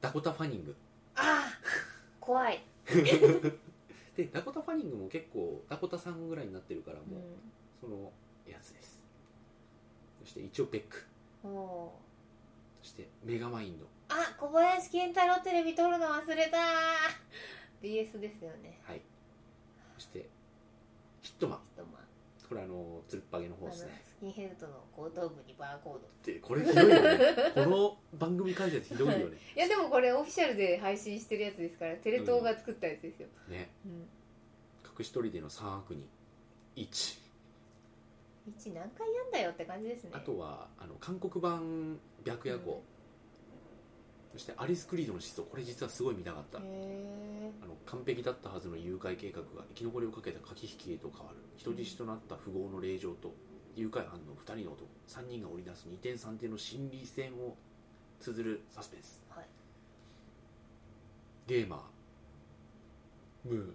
[SPEAKER 1] ダコタ・ファニン グ
[SPEAKER 2] ああ怖い、
[SPEAKER 1] でダコタ・ファニングも結構ダコタさんぐらいになってるから
[SPEAKER 2] う
[SPEAKER 1] もう、
[SPEAKER 2] ん
[SPEAKER 1] そのやつですそして一応ベック、
[SPEAKER 2] おー
[SPEAKER 1] そしてメガマインド
[SPEAKER 2] あ小林健太郎テレビ撮るの忘れた BS ですよね
[SPEAKER 1] はいそしてヒットマン
[SPEAKER 2] ちょっとまあ
[SPEAKER 1] これあのつるっぱげの
[SPEAKER 2] あ
[SPEAKER 1] 方
[SPEAKER 2] の
[SPEAKER 1] です
[SPEAKER 2] ス
[SPEAKER 1] ね
[SPEAKER 2] キンヘッドの後頭部にバーコード
[SPEAKER 1] でこれひどいよねこの番組解説ひどいよね
[SPEAKER 2] いやでもこれオフィシャルで配信してるやつですからテレ東が作ったやつですよ、
[SPEAKER 1] ね
[SPEAKER 2] うん、
[SPEAKER 1] 隠し砦の3悪人1
[SPEAKER 2] 一何回やんだよって感じですね
[SPEAKER 1] あとはあの韓国版「白夜行」そして「アリス・クリードの失踪」これ実はすごい見たかった、
[SPEAKER 2] へえ
[SPEAKER 1] あの完璧だったはずの誘拐計画が生き残りをかけた駆け引きへと変わる人質となった富豪の令嬢と誘拐犯の2人の男3人が織り出す二転三転の心理戦を綴るサスペンス
[SPEAKER 2] はい
[SPEAKER 1] ゲーマームー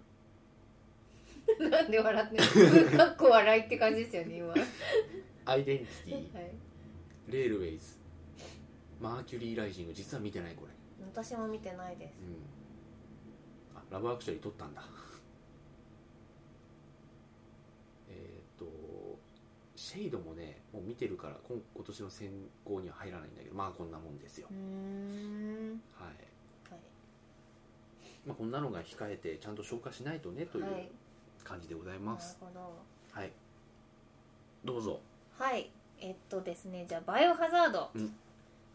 [SPEAKER 2] なんで笑ってんの かっこ笑いって感じですよね今 はい
[SPEAKER 1] アイデンティティレールウェイズマーキュリーライジング実は見てないこれ
[SPEAKER 2] 私も見てないです
[SPEAKER 1] うんあラブアクチュアリー撮ったんだ えっとシェイドもねもう見てるから今今年の選考には入らないんだけどまあこんなもんですよ、
[SPEAKER 2] うーん
[SPEAKER 1] はい
[SPEAKER 2] はい
[SPEAKER 1] まあ、こんなのが控えてちゃんと消化しないとねという
[SPEAKER 2] はい
[SPEAKER 1] 感じでござい
[SPEAKER 2] な
[SPEAKER 1] ま
[SPEAKER 2] る
[SPEAKER 1] す
[SPEAKER 2] ほど
[SPEAKER 1] はい、どうぞ
[SPEAKER 2] はいえっとですねじゃあ「バイオハザード
[SPEAKER 1] うん」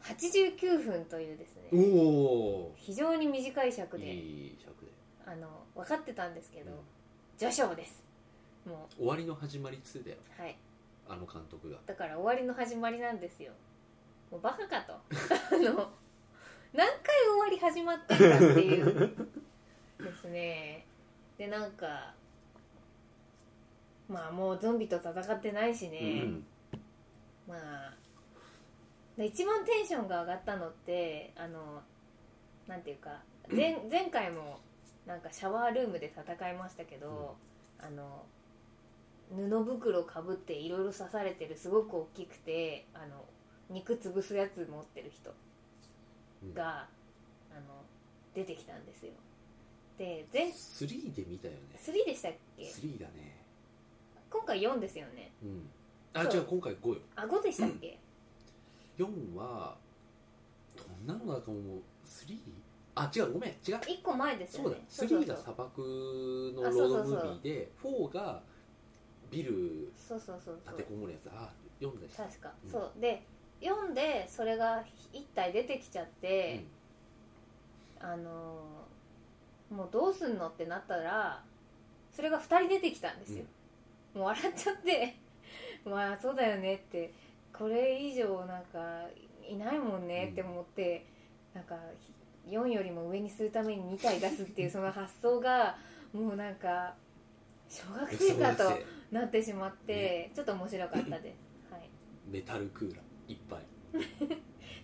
[SPEAKER 2] 89分というです
[SPEAKER 1] お
[SPEAKER 2] ね
[SPEAKER 1] お
[SPEAKER 2] 非常に短い尺
[SPEAKER 1] い
[SPEAKER 2] で
[SPEAKER 1] い尺で、
[SPEAKER 2] あの分かってたんですけ
[SPEAKER 1] う
[SPEAKER 2] ど
[SPEAKER 1] ん
[SPEAKER 2] 序章ですも
[SPEAKER 1] 終わりの始まり2だよ
[SPEAKER 2] うはい
[SPEAKER 1] あの監督が
[SPEAKER 2] だから終わりの始まりなんですよもうバカかと あの何回終わり始まったんだっていうですねでなんかまあもうゾンビと戦ってないしね、
[SPEAKER 1] うん
[SPEAKER 2] まあで一番テンションが上がったのってあのなんていうか 前前回もなんかシャワールームで戦いましたけど、あの布袋かぶっていろいろ刺されてるすごく大きくてあの肉潰すやつ持ってる人
[SPEAKER 1] うん
[SPEAKER 2] が、あの出てきたんですよで全
[SPEAKER 1] 3で見たよね
[SPEAKER 2] 3でしたっけ
[SPEAKER 1] 3だね
[SPEAKER 2] 今回4ですよね
[SPEAKER 1] うんあ
[SPEAKER 2] そう
[SPEAKER 1] じゃあ今回5よ
[SPEAKER 2] あ5でしたっけ、
[SPEAKER 1] 4はどんなのだかもう 3? あ違うごめん違う
[SPEAKER 2] 1個前です
[SPEAKER 1] そ
[SPEAKER 2] よ
[SPEAKER 1] うだ
[SPEAKER 2] ね
[SPEAKER 1] 3が
[SPEAKER 2] そう
[SPEAKER 1] 砂漠の
[SPEAKER 2] あそ
[SPEAKER 1] ロ
[SPEAKER 2] う
[SPEAKER 1] ード
[SPEAKER 2] そうそう
[SPEAKER 1] ムービーで4がビル
[SPEAKER 2] そうそうそうそ
[SPEAKER 1] 立
[SPEAKER 2] う
[SPEAKER 1] てこもるやつあ4でした
[SPEAKER 2] 確か、
[SPEAKER 1] うん
[SPEAKER 2] そうで読んでそれが1体出てきちゃって、あのーもうどうすんのってなったらそれが2人出てきたんですよ、もう笑っちゃって まあそうだよねってこれ以上なんかいないもんねって思って、なんか4よりも上にするために2体出すっていうその発想がもうなんか小学
[SPEAKER 1] うん
[SPEAKER 2] 生かと
[SPEAKER 1] 小学
[SPEAKER 2] なってしまって、ちょっと面白かったです、はい
[SPEAKER 1] 生メタルクーラーいっぱい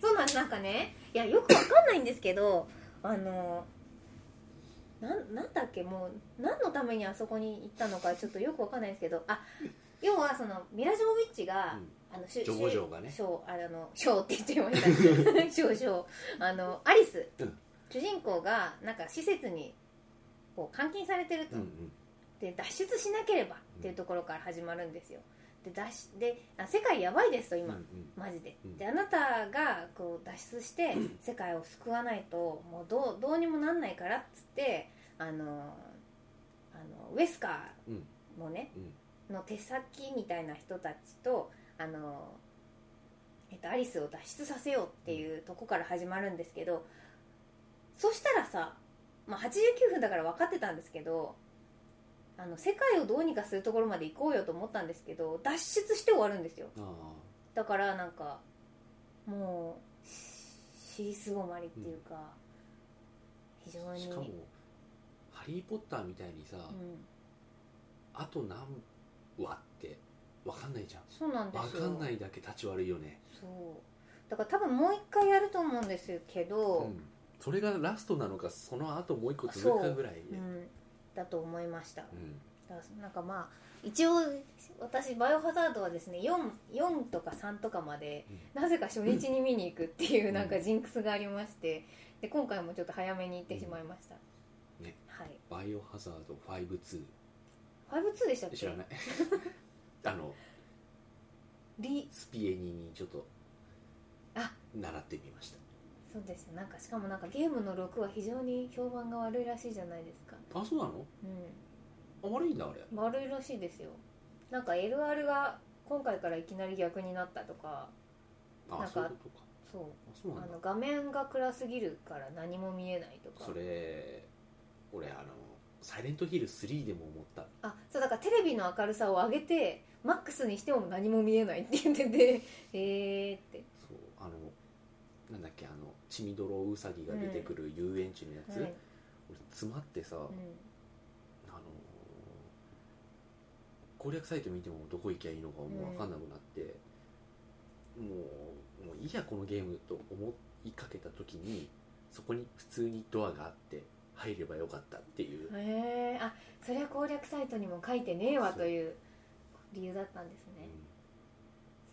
[SPEAKER 2] そうなんですなんかねいやよくわかんないんですけどあのなんなんだっけもう何のためにあそこに行ったのかちょっとよくわかんないんですけどあ要はそのミラ・ジョービッチが、あのしゅ
[SPEAKER 1] ジョボジョがね
[SPEAKER 2] しゅあれあのショーって言っちゃい ましたショーショーあのアリス、
[SPEAKER 1] うん
[SPEAKER 2] 主人公がなんか施設にこう監禁されてると、
[SPEAKER 1] うんうん
[SPEAKER 2] で脱出しなければっていうところから始まるんですよで脱出であ世界やばいですと
[SPEAKER 1] うん
[SPEAKER 2] 今、
[SPEAKER 1] うん
[SPEAKER 2] マジで
[SPEAKER 1] うん
[SPEAKER 2] であなたがこう脱 出して世界を救わないともうどうどうにもなんないからっつってあのーあのウェスカ
[SPEAKER 1] うん
[SPEAKER 2] ーもね、の手先みたいな人たちとあのー、えっと、アリスを脱出させようっていうとこから始まるんですけどそしたらさ、まあ、89分だから分かってたんですけどあの世界をどうにかするところまで行こうよと思ったんですけど脱出して終わるんですよ。
[SPEAKER 1] あ
[SPEAKER 2] だからなんかもうし尻すぼまりっていうか、非常
[SPEAKER 1] あ
[SPEAKER 2] に
[SPEAKER 1] しかも「ハリー・ポッター」みたいにさ、
[SPEAKER 2] うん、
[SPEAKER 1] あと何話って分かんないじゃん
[SPEAKER 2] そうなんです
[SPEAKER 1] 分
[SPEAKER 2] よ
[SPEAKER 1] かんないだけ立ち悪いよね、
[SPEAKER 2] そうだから多分もう一回やると思うんですけ
[SPEAKER 1] う
[SPEAKER 2] ど、
[SPEAKER 1] ん、それがラストなのかその後もう一個続くかぐらい
[SPEAKER 2] うんだと思いました
[SPEAKER 1] うん
[SPEAKER 2] だからなんかまあ一応私「バイオハザード」はですね 4, 4とか3とかまで
[SPEAKER 1] うん
[SPEAKER 2] なぜか初日に見に行くっていう
[SPEAKER 1] うん
[SPEAKER 2] なんかジンクスがありましてで今回もちょっと早めに行ってしまいました、
[SPEAKER 1] うんね
[SPEAKER 2] はい
[SPEAKER 1] バイオハザード5-2
[SPEAKER 2] 5-2でしたっけ
[SPEAKER 1] 知 らないあの
[SPEAKER 2] リ
[SPEAKER 1] スピエニにちょっと
[SPEAKER 2] あ
[SPEAKER 1] 習ってみました
[SPEAKER 2] そうですよなんかしかもなんかゲームの6は非常に評判が悪いらしいじゃないですか
[SPEAKER 1] あそうなの
[SPEAKER 2] うん
[SPEAKER 1] あ悪いんだあれ
[SPEAKER 2] 悪いらしいですよなんか LR が今回からいきなり逆になったとかな
[SPEAKER 1] あ
[SPEAKER 2] んか
[SPEAKER 1] そういうことか
[SPEAKER 2] そう
[SPEAKER 1] あそう
[SPEAKER 2] あ
[SPEAKER 1] なんだ
[SPEAKER 2] の画面が暗すぎるから何も見えないとか
[SPEAKER 1] それ俺あの「サイレントヒル3」でも思った
[SPEAKER 2] あそうだからテレビの明るさを上げてマックスにしても何も見えないって言ってて えーって
[SPEAKER 1] そうあのなんだっけあの血みどろウサギが出てくる遊園地のやつ、
[SPEAKER 2] はい
[SPEAKER 1] 俺詰まってさ、
[SPEAKER 2] う
[SPEAKER 1] あのー攻略サイト見てもどこ行きゃいいのかもう分かんなくなっやこのゲームと思いかけた時にそこに普通にドアがあって入ればよかったっていう、
[SPEAKER 2] へえあそりゃ攻略サイトにも書いてねえわという理由だったんですね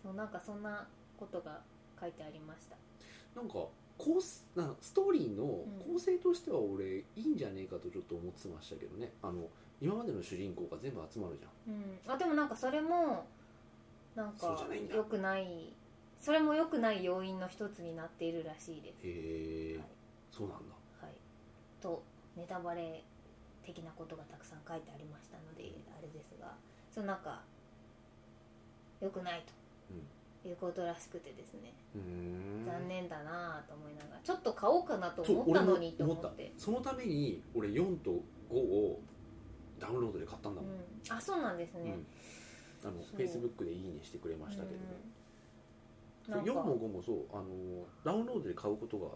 [SPEAKER 2] そうなんかそんなことが書いてありました
[SPEAKER 1] うんなんかコースなんかストーリーの
[SPEAKER 2] ん
[SPEAKER 1] 構成としては俺いいんじゃねえかとちょっと思ってましたけどねあの今までの主人公が全部集まるじゃん
[SPEAKER 2] うんあでもなんかそれもなん
[SPEAKER 1] そう
[SPEAKER 2] か
[SPEAKER 1] じゃないんだ
[SPEAKER 2] 良くないそれも良くない要因の一つになっているらしいです
[SPEAKER 1] へえ、
[SPEAKER 2] はい
[SPEAKER 1] そうなんだ
[SPEAKER 2] はい、とネタバレ的なことがたくさん書いてありましたのであれですがそのなんか良くないということらしくてですね、
[SPEAKER 1] うーん
[SPEAKER 2] 残念だなぁと思いながらちょっと買おうかなと思ったのに
[SPEAKER 1] そ
[SPEAKER 2] と
[SPEAKER 1] う
[SPEAKER 2] 思
[SPEAKER 1] 俺も
[SPEAKER 2] って
[SPEAKER 1] そのために俺4と5をダウンロードで買ったんだもん、
[SPEAKER 2] うん、あそうなんです
[SPEAKER 1] うん
[SPEAKER 2] ね、
[SPEAKER 1] あの
[SPEAKER 2] そう
[SPEAKER 1] フェイスブックで「いいね」してくれましたけどね、
[SPEAKER 2] うんなんか
[SPEAKER 1] 4も5もそうあのダウンロードで買うことが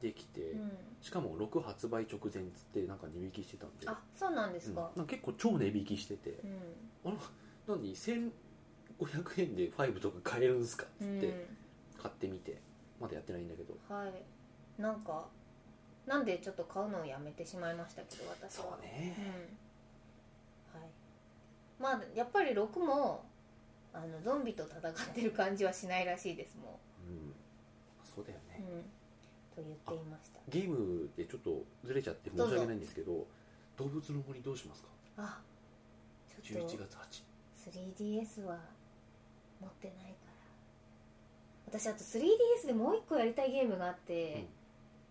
[SPEAKER 1] できて、
[SPEAKER 2] うん、
[SPEAKER 1] しかも6発売直前っつってなんか値引きしてたんで
[SPEAKER 2] あそうなんです
[SPEAKER 1] うん
[SPEAKER 2] か、
[SPEAKER 1] なんか結構超値引きしてて
[SPEAKER 2] うん
[SPEAKER 1] なんで1500円で5とか買えるんすかっつ
[SPEAKER 2] うん
[SPEAKER 1] って買ってみてまだやってないんだけど
[SPEAKER 2] はいなんかなんでちょっと買うのをやめてしまいましたけど私は
[SPEAKER 1] そうね
[SPEAKER 2] うんはい、まあやっぱり6もあのゾンビと戦ってる感じはしないらしいですも
[SPEAKER 1] うんそうだよね
[SPEAKER 2] ん、うん、と言っていました
[SPEAKER 1] ゲームでちょっとずれちゃって申し訳ないんですけど動物の森どうしますか
[SPEAKER 2] あちょ
[SPEAKER 1] 11
[SPEAKER 2] っ
[SPEAKER 1] 月
[SPEAKER 2] と
[SPEAKER 1] 8
[SPEAKER 2] 3DS は持ってないから私あと 3DS でもう一個やりたいゲームがあって、
[SPEAKER 1] うん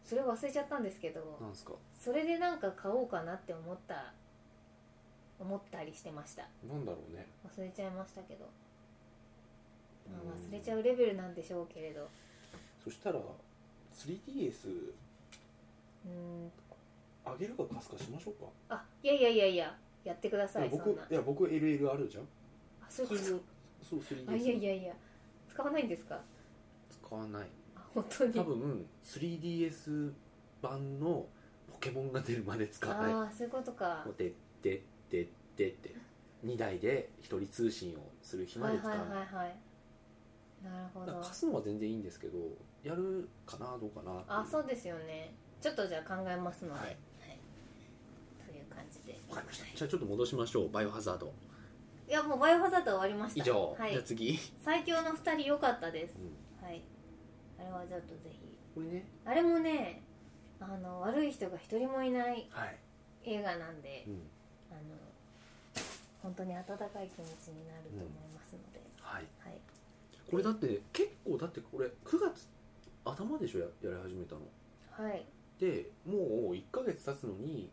[SPEAKER 2] それ忘れちゃったんですけど、
[SPEAKER 1] なんですか
[SPEAKER 2] それでなんか買おうかなって思った思ったりしてました
[SPEAKER 1] なんだろうね
[SPEAKER 2] 忘れちゃいましたけど、まあ
[SPEAKER 1] うん
[SPEAKER 2] 忘れちゃうレベルなんでしょうけれど
[SPEAKER 1] そしたら 3DS
[SPEAKER 2] うーん
[SPEAKER 1] あげるか貸すかしましょうか
[SPEAKER 2] あいやいやいやいややってくだ
[SPEAKER 1] い
[SPEAKER 2] さ
[SPEAKER 1] や
[SPEAKER 2] い
[SPEAKER 1] 僕
[SPEAKER 2] そ
[SPEAKER 1] い
[SPEAKER 2] んな
[SPEAKER 1] や僕 LL あるじゃん
[SPEAKER 2] あそう
[SPEAKER 1] それ
[SPEAKER 2] いう
[SPEAKER 1] を
[SPEAKER 2] こ
[SPEAKER 1] そう 3DS
[SPEAKER 2] とあいやいやいや使わないんですか
[SPEAKER 1] 使わない
[SPEAKER 2] あ本当に
[SPEAKER 1] 多分 3DS 版のポケモンが出るまで使わない
[SPEAKER 2] ああそういうことか
[SPEAKER 1] もうででででって2台で1人通信をする暇
[SPEAKER 2] はい
[SPEAKER 1] で
[SPEAKER 2] はい
[SPEAKER 1] 使
[SPEAKER 2] は
[SPEAKER 1] わ
[SPEAKER 2] い
[SPEAKER 1] ない
[SPEAKER 2] はいなるほ
[SPEAKER 1] だから
[SPEAKER 2] ど
[SPEAKER 1] 貸すのは全然いいんですけどやるかなどうかなってい
[SPEAKER 2] あそうですよねちょっとじゃあ考えますので、
[SPEAKER 1] は
[SPEAKER 2] はいいという感じで
[SPEAKER 1] わかりましたじゃあちょっと戻しましょうバイオハザード
[SPEAKER 2] いやもうバイオハザード終わりました
[SPEAKER 1] 以上、
[SPEAKER 2] は
[SPEAKER 1] じゃあ
[SPEAKER 2] い、
[SPEAKER 1] 次、
[SPEAKER 2] 最強の2人良かったです
[SPEAKER 1] うん、
[SPEAKER 2] はいあれはちょっとぜひ
[SPEAKER 1] これね
[SPEAKER 2] あれもねあの悪い人が一人もいない
[SPEAKER 1] はい、
[SPEAKER 2] 映画なんで
[SPEAKER 1] うん、
[SPEAKER 2] あの本当に温かい気持ちになると思いますので、
[SPEAKER 1] はい
[SPEAKER 2] はい
[SPEAKER 1] これだって結構だってこれ9月頭でしょややり始めたの
[SPEAKER 2] はい
[SPEAKER 1] でもう1ヶ月経つのに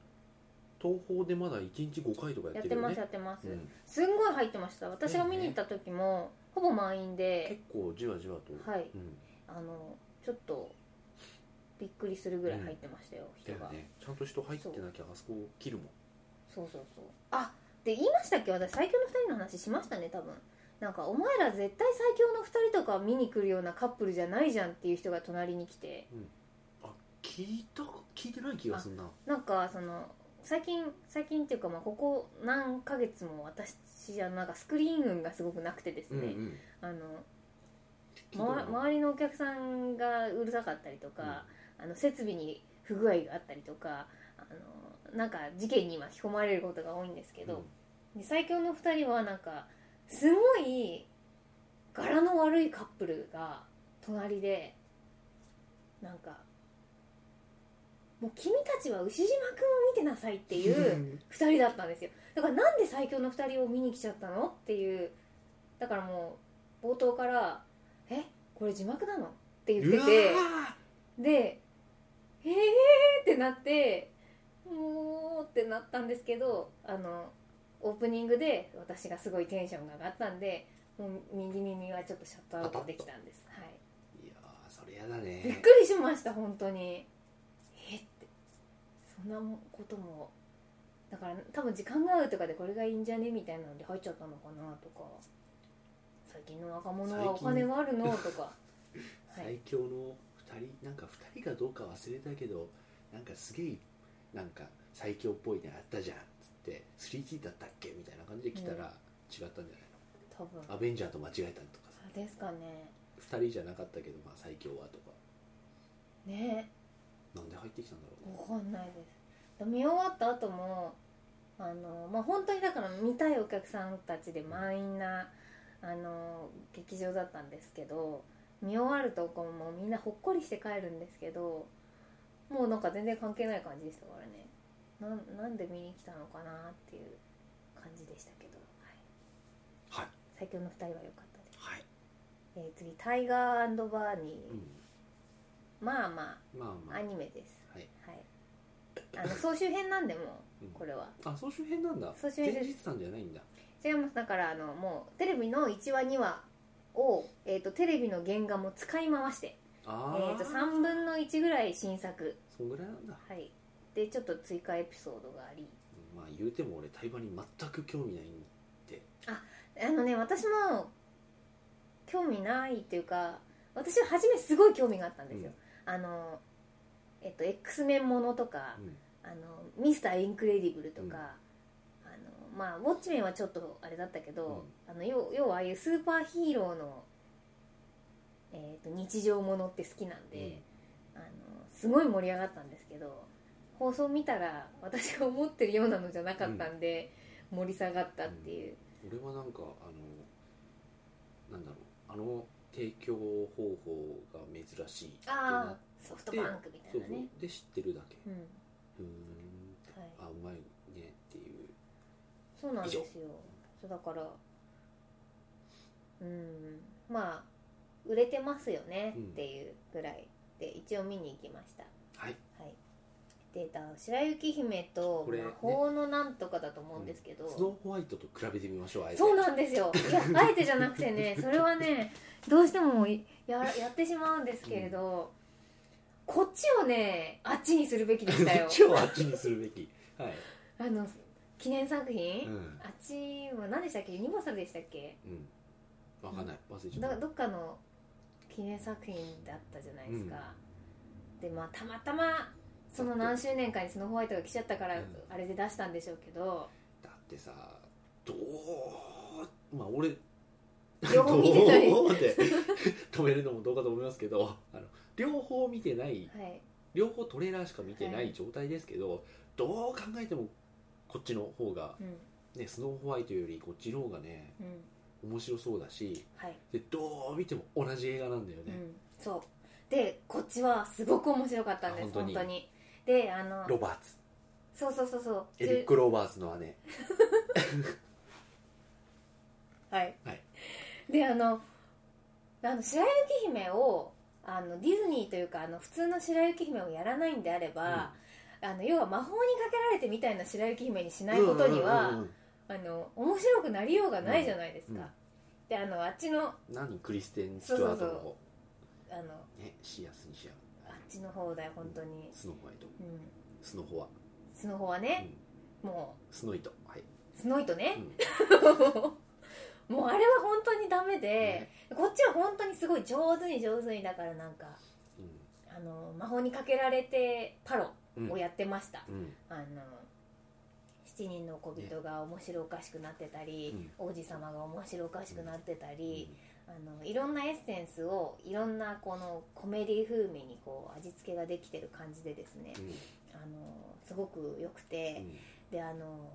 [SPEAKER 1] 東宝でまだ1日5回とかや
[SPEAKER 2] や
[SPEAKER 1] っ
[SPEAKER 2] ってて
[SPEAKER 1] るよ
[SPEAKER 2] ま
[SPEAKER 1] ね
[SPEAKER 2] すやってます、
[SPEAKER 1] うん
[SPEAKER 2] すんごい入ってました私が見に行った時も、ほぼ満員で
[SPEAKER 1] 結構じわじわと、
[SPEAKER 2] はい
[SPEAKER 1] うん、
[SPEAKER 2] あのちょっとびっくりするぐらい入ってましたよ、
[SPEAKER 1] だ
[SPEAKER 2] 人
[SPEAKER 1] よ
[SPEAKER 2] が、
[SPEAKER 1] ねちゃんと人入ってなきゃあそこ切るもん
[SPEAKER 2] そうそうそうあで言いましたっけ私最強の2人の話しましたね多分なんかお前ら絶対最強の2人とか見に来るようなカップルじゃないじゃんっていう人が隣に来て
[SPEAKER 1] 聞いた聞いてない気がすんな
[SPEAKER 2] なんかその最近最近っていうかまあここ何ヶ月も私じゃなんかスクリーン運がすごくなくてです
[SPEAKER 1] うんう
[SPEAKER 2] ね、
[SPEAKER 1] ん
[SPEAKER 2] あの
[SPEAKER 1] 聞いた
[SPEAKER 2] ま
[SPEAKER 1] こ
[SPEAKER 2] わ
[SPEAKER 1] とない
[SPEAKER 2] 周りのお客さんがうるさかったりとか、あの設備に不具合があったりとかあのなんか事件に巻き込まれることが多いんですけど、で最強の2人はなんかすごい柄の悪いカップルが隣でなんか「もう君たちは牛島くんを見てなさい」って
[SPEAKER 1] うん
[SPEAKER 2] いう2人だったんですよだからなんで最強の2人を見に来ちゃったのっていうだからもう冒頭から「えこれ字幕なの?」って言
[SPEAKER 1] う
[SPEAKER 2] っ
[SPEAKER 1] わ
[SPEAKER 2] てて。
[SPEAKER 1] ー
[SPEAKER 2] で「えー!」ってなって「もう」ってなったんですけどあのオープニングで私がすごいテンションが上がったんでもう右耳はちょっとシャットアウトできたんです、はい
[SPEAKER 1] やーそれやだ
[SPEAKER 2] い、びっ
[SPEAKER 1] ね
[SPEAKER 2] くりしました本当にえーってそんなこともだから多分時間が合うとかでこれがいいんじゃねみたいなので入っちゃったのかなとか最近の若者はお金があるのとかはい
[SPEAKER 1] 最強の2人なんか2人かどうか忘れたけどなんかすげえなんか最強っぽいのあったじゃんっつって3 d だったっけみたいな感じで来たら違ったんじゃない
[SPEAKER 2] 多分
[SPEAKER 1] のアベンジャーと間違えたりとかさ
[SPEAKER 2] そうですかね
[SPEAKER 1] 2人じゃなかったけど、まあ、最強はとか
[SPEAKER 2] ね
[SPEAKER 1] なんで入ってきたんだろうね
[SPEAKER 2] わかんないです見終わった後もあのまあ本当にだから見たいお客さんたちで満員なあの劇場だったんですけど見終わるとこうもうみんなほっこりして帰るんですけどもうなんか全然関係ない感じでしたからねなんなんで見に来たのかなっていう感じでしたけど、は
[SPEAKER 1] は
[SPEAKER 2] い、
[SPEAKER 1] い
[SPEAKER 2] 最強の2人は良かったです、
[SPEAKER 1] はい、
[SPEAKER 2] えー次「タイガーバーニー」
[SPEAKER 1] うん、
[SPEAKER 2] まあま
[SPEAKER 1] まあ
[SPEAKER 2] あ
[SPEAKER 1] まあ
[SPEAKER 2] アニメです
[SPEAKER 1] はい、
[SPEAKER 2] はい、あの総集編なんでも
[SPEAKER 1] うん
[SPEAKER 2] これは
[SPEAKER 1] あ総集編なんだ
[SPEAKER 2] 総集編です
[SPEAKER 1] 前日さんじゃないんだ
[SPEAKER 2] 違いますだからあのもうテレビの1話2話を、えー、とテレビの原画も使い回して、え
[SPEAKER 1] ああ、
[SPEAKER 2] ー、と3分の1ぐらい新作
[SPEAKER 1] そんぐらいなんだ、
[SPEAKER 2] はいでちょっと追加エピソードがあり
[SPEAKER 1] うんまあ言うても俺対話に全く興味ないん
[SPEAKER 2] あのね私も興味ないっていうか私は初めすごい興味があったんですよ、あのえっ、と X メンものとか、
[SPEAKER 1] うん
[SPEAKER 2] あのミスターインクレディブルとか、あのまあウォッチメンはちょっとあれだったけど、あの要要はああいうスーパーヒーローの、えー、と日常ものって好きなんで、あのすごい盛り上がったんですけど放送見たら私が思ってるようなのじゃなかったんで、盛り下がったっていう、
[SPEAKER 1] 俺はなんかあのなんだろうあの提供方法が珍しいって
[SPEAKER 2] あ
[SPEAKER 1] な
[SPEAKER 2] あソフトバンクみた
[SPEAKER 1] そ
[SPEAKER 2] いうな
[SPEAKER 1] そう
[SPEAKER 2] ね
[SPEAKER 1] で知ってるだけ
[SPEAKER 2] うん
[SPEAKER 1] うーん
[SPEAKER 2] はい、
[SPEAKER 1] あうまいねっていう
[SPEAKER 2] そうなんですよそうだからうんまあ売れてますよね
[SPEAKER 1] うん
[SPEAKER 2] っていうぐらいで一応見に行きました
[SPEAKER 1] はい
[SPEAKER 2] はいでだ白雪姫と
[SPEAKER 1] これ
[SPEAKER 2] 魔法のなんとかだと思うんですけど、
[SPEAKER 1] スノーホワイトと比べてみましょうあえて
[SPEAKER 2] そうなんですよいやあえてじゃなく てねそれはねどうしてもいややってしまうんですけれど、こっちをねあっちにするべきでした
[SPEAKER 1] こ
[SPEAKER 2] よ
[SPEAKER 1] っちをあっちにするべきはい、
[SPEAKER 2] あの記念作品、
[SPEAKER 1] うん
[SPEAKER 2] あっちは何でしたっけユニバーサルでしたっけ
[SPEAKER 1] うん、わかんない忘れちゃ
[SPEAKER 2] ど
[SPEAKER 1] った
[SPEAKER 2] どっかの記念作品だったじゃないですか、でまあたまたまその何周年かにスノーホワイトが来ちゃったから、
[SPEAKER 1] うん
[SPEAKER 2] あれで出したんでしょうけど
[SPEAKER 1] だってさどうまあ俺
[SPEAKER 2] 両方見てな い
[SPEAKER 1] どうって止めるのもどうかと思いますけどあの両方見てない
[SPEAKER 2] はい
[SPEAKER 1] 両方トレーラーしか見てな
[SPEAKER 2] はいい
[SPEAKER 1] 状態ですけど、どう考えてもこっちの方が、
[SPEAKER 2] うん
[SPEAKER 1] ね、スノーホワイトよりこっちの方がね
[SPEAKER 2] うん
[SPEAKER 1] 面白そうだし
[SPEAKER 2] はい、
[SPEAKER 1] でどう見ても同じ映画なんだよ
[SPEAKER 2] う
[SPEAKER 1] ね、
[SPEAKER 2] ん、そうでこっちはすごく面白かったんで
[SPEAKER 1] あ
[SPEAKER 2] す
[SPEAKER 1] 本
[SPEAKER 2] 本
[SPEAKER 1] 当
[SPEAKER 2] 当
[SPEAKER 1] に
[SPEAKER 2] にであの
[SPEAKER 1] ロバーツ
[SPEAKER 2] そうそうそうそう
[SPEAKER 1] エリック・ロバーツの姉
[SPEAKER 2] はい、
[SPEAKER 1] はい
[SPEAKER 2] であのあの白雪姫をあのディズニーというかあの普通の白雪姫をやらないんであれば、あの要は魔法にかけられてみたいな白雪姫にしないことには、
[SPEAKER 1] うんうんうんうん
[SPEAKER 2] あの面白くなりようがないじゃないですか、
[SPEAKER 1] うんうん
[SPEAKER 2] であのあっちのあ
[SPEAKER 1] 何クリステン・スチュワートの
[SPEAKER 2] そうそうの
[SPEAKER 1] ねシアスにしや
[SPEAKER 2] あっちの方だよ本当に、
[SPEAKER 1] スノーホワイト
[SPEAKER 2] うん、
[SPEAKER 1] スノホワ、
[SPEAKER 2] スノホは
[SPEAKER 1] う
[SPEAKER 2] ね、
[SPEAKER 1] ん、
[SPEAKER 2] も
[SPEAKER 1] スノイトはいう
[SPEAKER 2] スノイとね
[SPEAKER 1] う、ん
[SPEAKER 2] もうあれは本当にダメで、こっちは本当にすごい上手に上手にだからなんかあの魔法にかけられてパロ
[SPEAKER 1] うんうん
[SPEAKER 2] をやってました、
[SPEAKER 1] うん
[SPEAKER 2] あの7人の小人が面白おかしくなってたり、王子様が面白おかしくなってたり、あのいろんなエッセンスをいろんなこのコメディ風味にこう味付けができてる感じでですね
[SPEAKER 1] うん
[SPEAKER 2] あのすごく良く
[SPEAKER 1] う
[SPEAKER 2] て、
[SPEAKER 1] ん
[SPEAKER 2] であの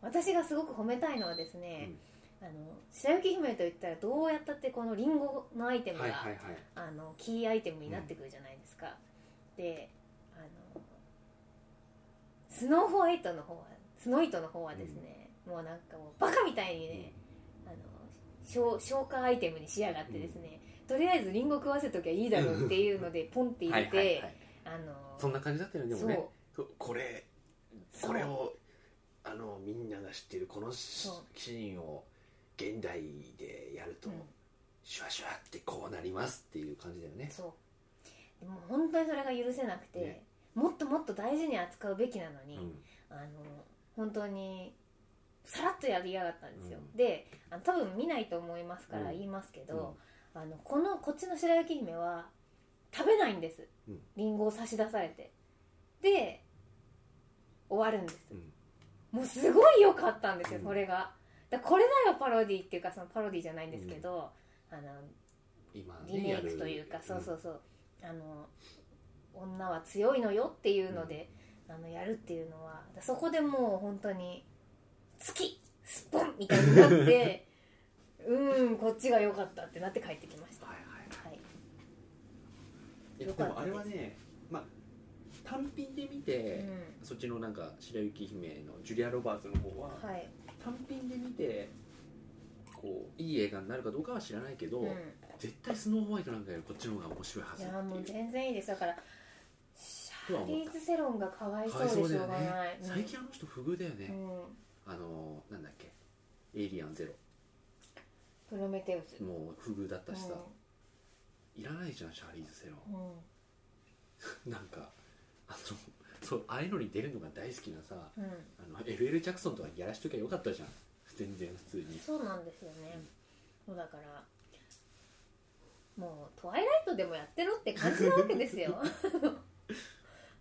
[SPEAKER 2] 私がすごく褒めたいのはですね、あの白雪姫といったらどうやったってこのリンゴのアイテムが、
[SPEAKER 1] はいはいはい
[SPEAKER 2] あのキーアイテムになってくるじゃないですか、であのスノーホワイトの方はスノイトの方はですね、もうなんかもうバカみたいにね、あの消消化アイテムにしやがってですね、とりあえずリンゴ食わせときゃいいだろうっていうのでポンって
[SPEAKER 1] は
[SPEAKER 2] 入
[SPEAKER 1] い
[SPEAKER 2] れ
[SPEAKER 1] はいは
[SPEAKER 2] て
[SPEAKER 1] い
[SPEAKER 2] あ
[SPEAKER 1] そん
[SPEAKER 2] の
[SPEAKER 1] な感じだったよねでも
[SPEAKER 2] そう
[SPEAKER 1] ねここれ
[SPEAKER 2] そう
[SPEAKER 1] これをあのみんなが知ってるこのし
[SPEAKER 2] そう
[SPEAKER 1] シーンを現代でやると、
[SPEAKER 2] うん
[SPEAKER 1] シュワシュワってこうなりますっていう感じだよね
[SPEAKER 2] そうでも本当にそれが許せなくて、
[SPEAKER 1] ね
[SPEAKER 2] もっともっと大事に扱うべきなのに、
[SPEAKER 1] うん
[SPEAKER 2] あの本当にさらっとやりやがったんですよ、
[SPEAKER 1] う
[SPEAKER 2] であの多分見ないと思いますから
[SPEAKER 1] うん
[SPEAKER 2] 言いますけど、あのこのこっちの白雪姫は食べないんです、
[SPEAKER 1] うん
[SPEAKER 2] リンゴを差し出されてで終わるんです、
[SPEAKER 1] うん
[SPEAKER 2] もうすごい良かったんですよ、
[SPEAKER 1] うん
[SPEAKER 2] これがだこれならパロディっていうかそのパロディじゃないんですけど、あの
[SPEAKER 1] 今ね
[SPEAKER 2] リメイ
[SPEAKER 1] や
[SPEAKER 2] ク
[SPEAKER 1] る
[SPEAKER 2] というか、そうそうそうあの女は強いのよっていうので、あのやるっていうのはそこでもう本当に「好きスポン!」みたいになって うーんこっちが良かったってなって帰ってきました、
[SPEAKER 1] は
[SPEAKER 2] はい
[SPEAKER 1] はいはい
[SPEAKER 2] い、
[SPEAKER 1] いや
[SPEAKER 2] よ
[SPEAKER 1] で
[SPEAKER 2] かった
[SPEAKER 1] もあれはねまあ単品で見
[SPEAKER 2] う
[SPEAKER 1] て、
[SPEAKER 2] ん
[SPEAKER 1] そっちのなんか白雪姫のジュリア・ロバーツの方は、
[SPEAKER 2] はい
[SPEAKER 1] 単品で見てこういい映画になるかどうかは知らないけど、
[SPEAKER 2] うん
[SPEAKER 1] 絶対スノーホワイトなんかよりこっちの方が面白いはいず
[SPEAKER 2] や
[SPEAKER 1] っ
[SPEAKER 2] もう
[SPEAKER 1] ていう
[SPEAKER 2] 全然いいですだからシャーリーズ・セロンがかわいそうでしょうがない、うん
[SPEAKER 1] 最近あの人不遇だよ
[SPEAKER 2] う
[SPEAKER 1] ね、
[SPEAKER 2] ん、
[SPEAKER 1] あのなんだっけエイリアンゼ
[SPEAKER 2] プロメテウス
[SPEAKER 1] ロもう不遇だったしさ、いらないじゃんシャーリーズ・セロ
[SPEAKER 2] うんうん
[SPEAKER 1] ンなんかあのそうああいうのに出るのが大好きなさ
[SPEAKER 2] うん
[SPEAKER 1] あの FL ジャクソンとかやらしときゃよかったじゃん全然普通に
[SPEAKER 2] そうなんですよね、もうだからもう「トワイライト」でもやってろって感じなわけです よ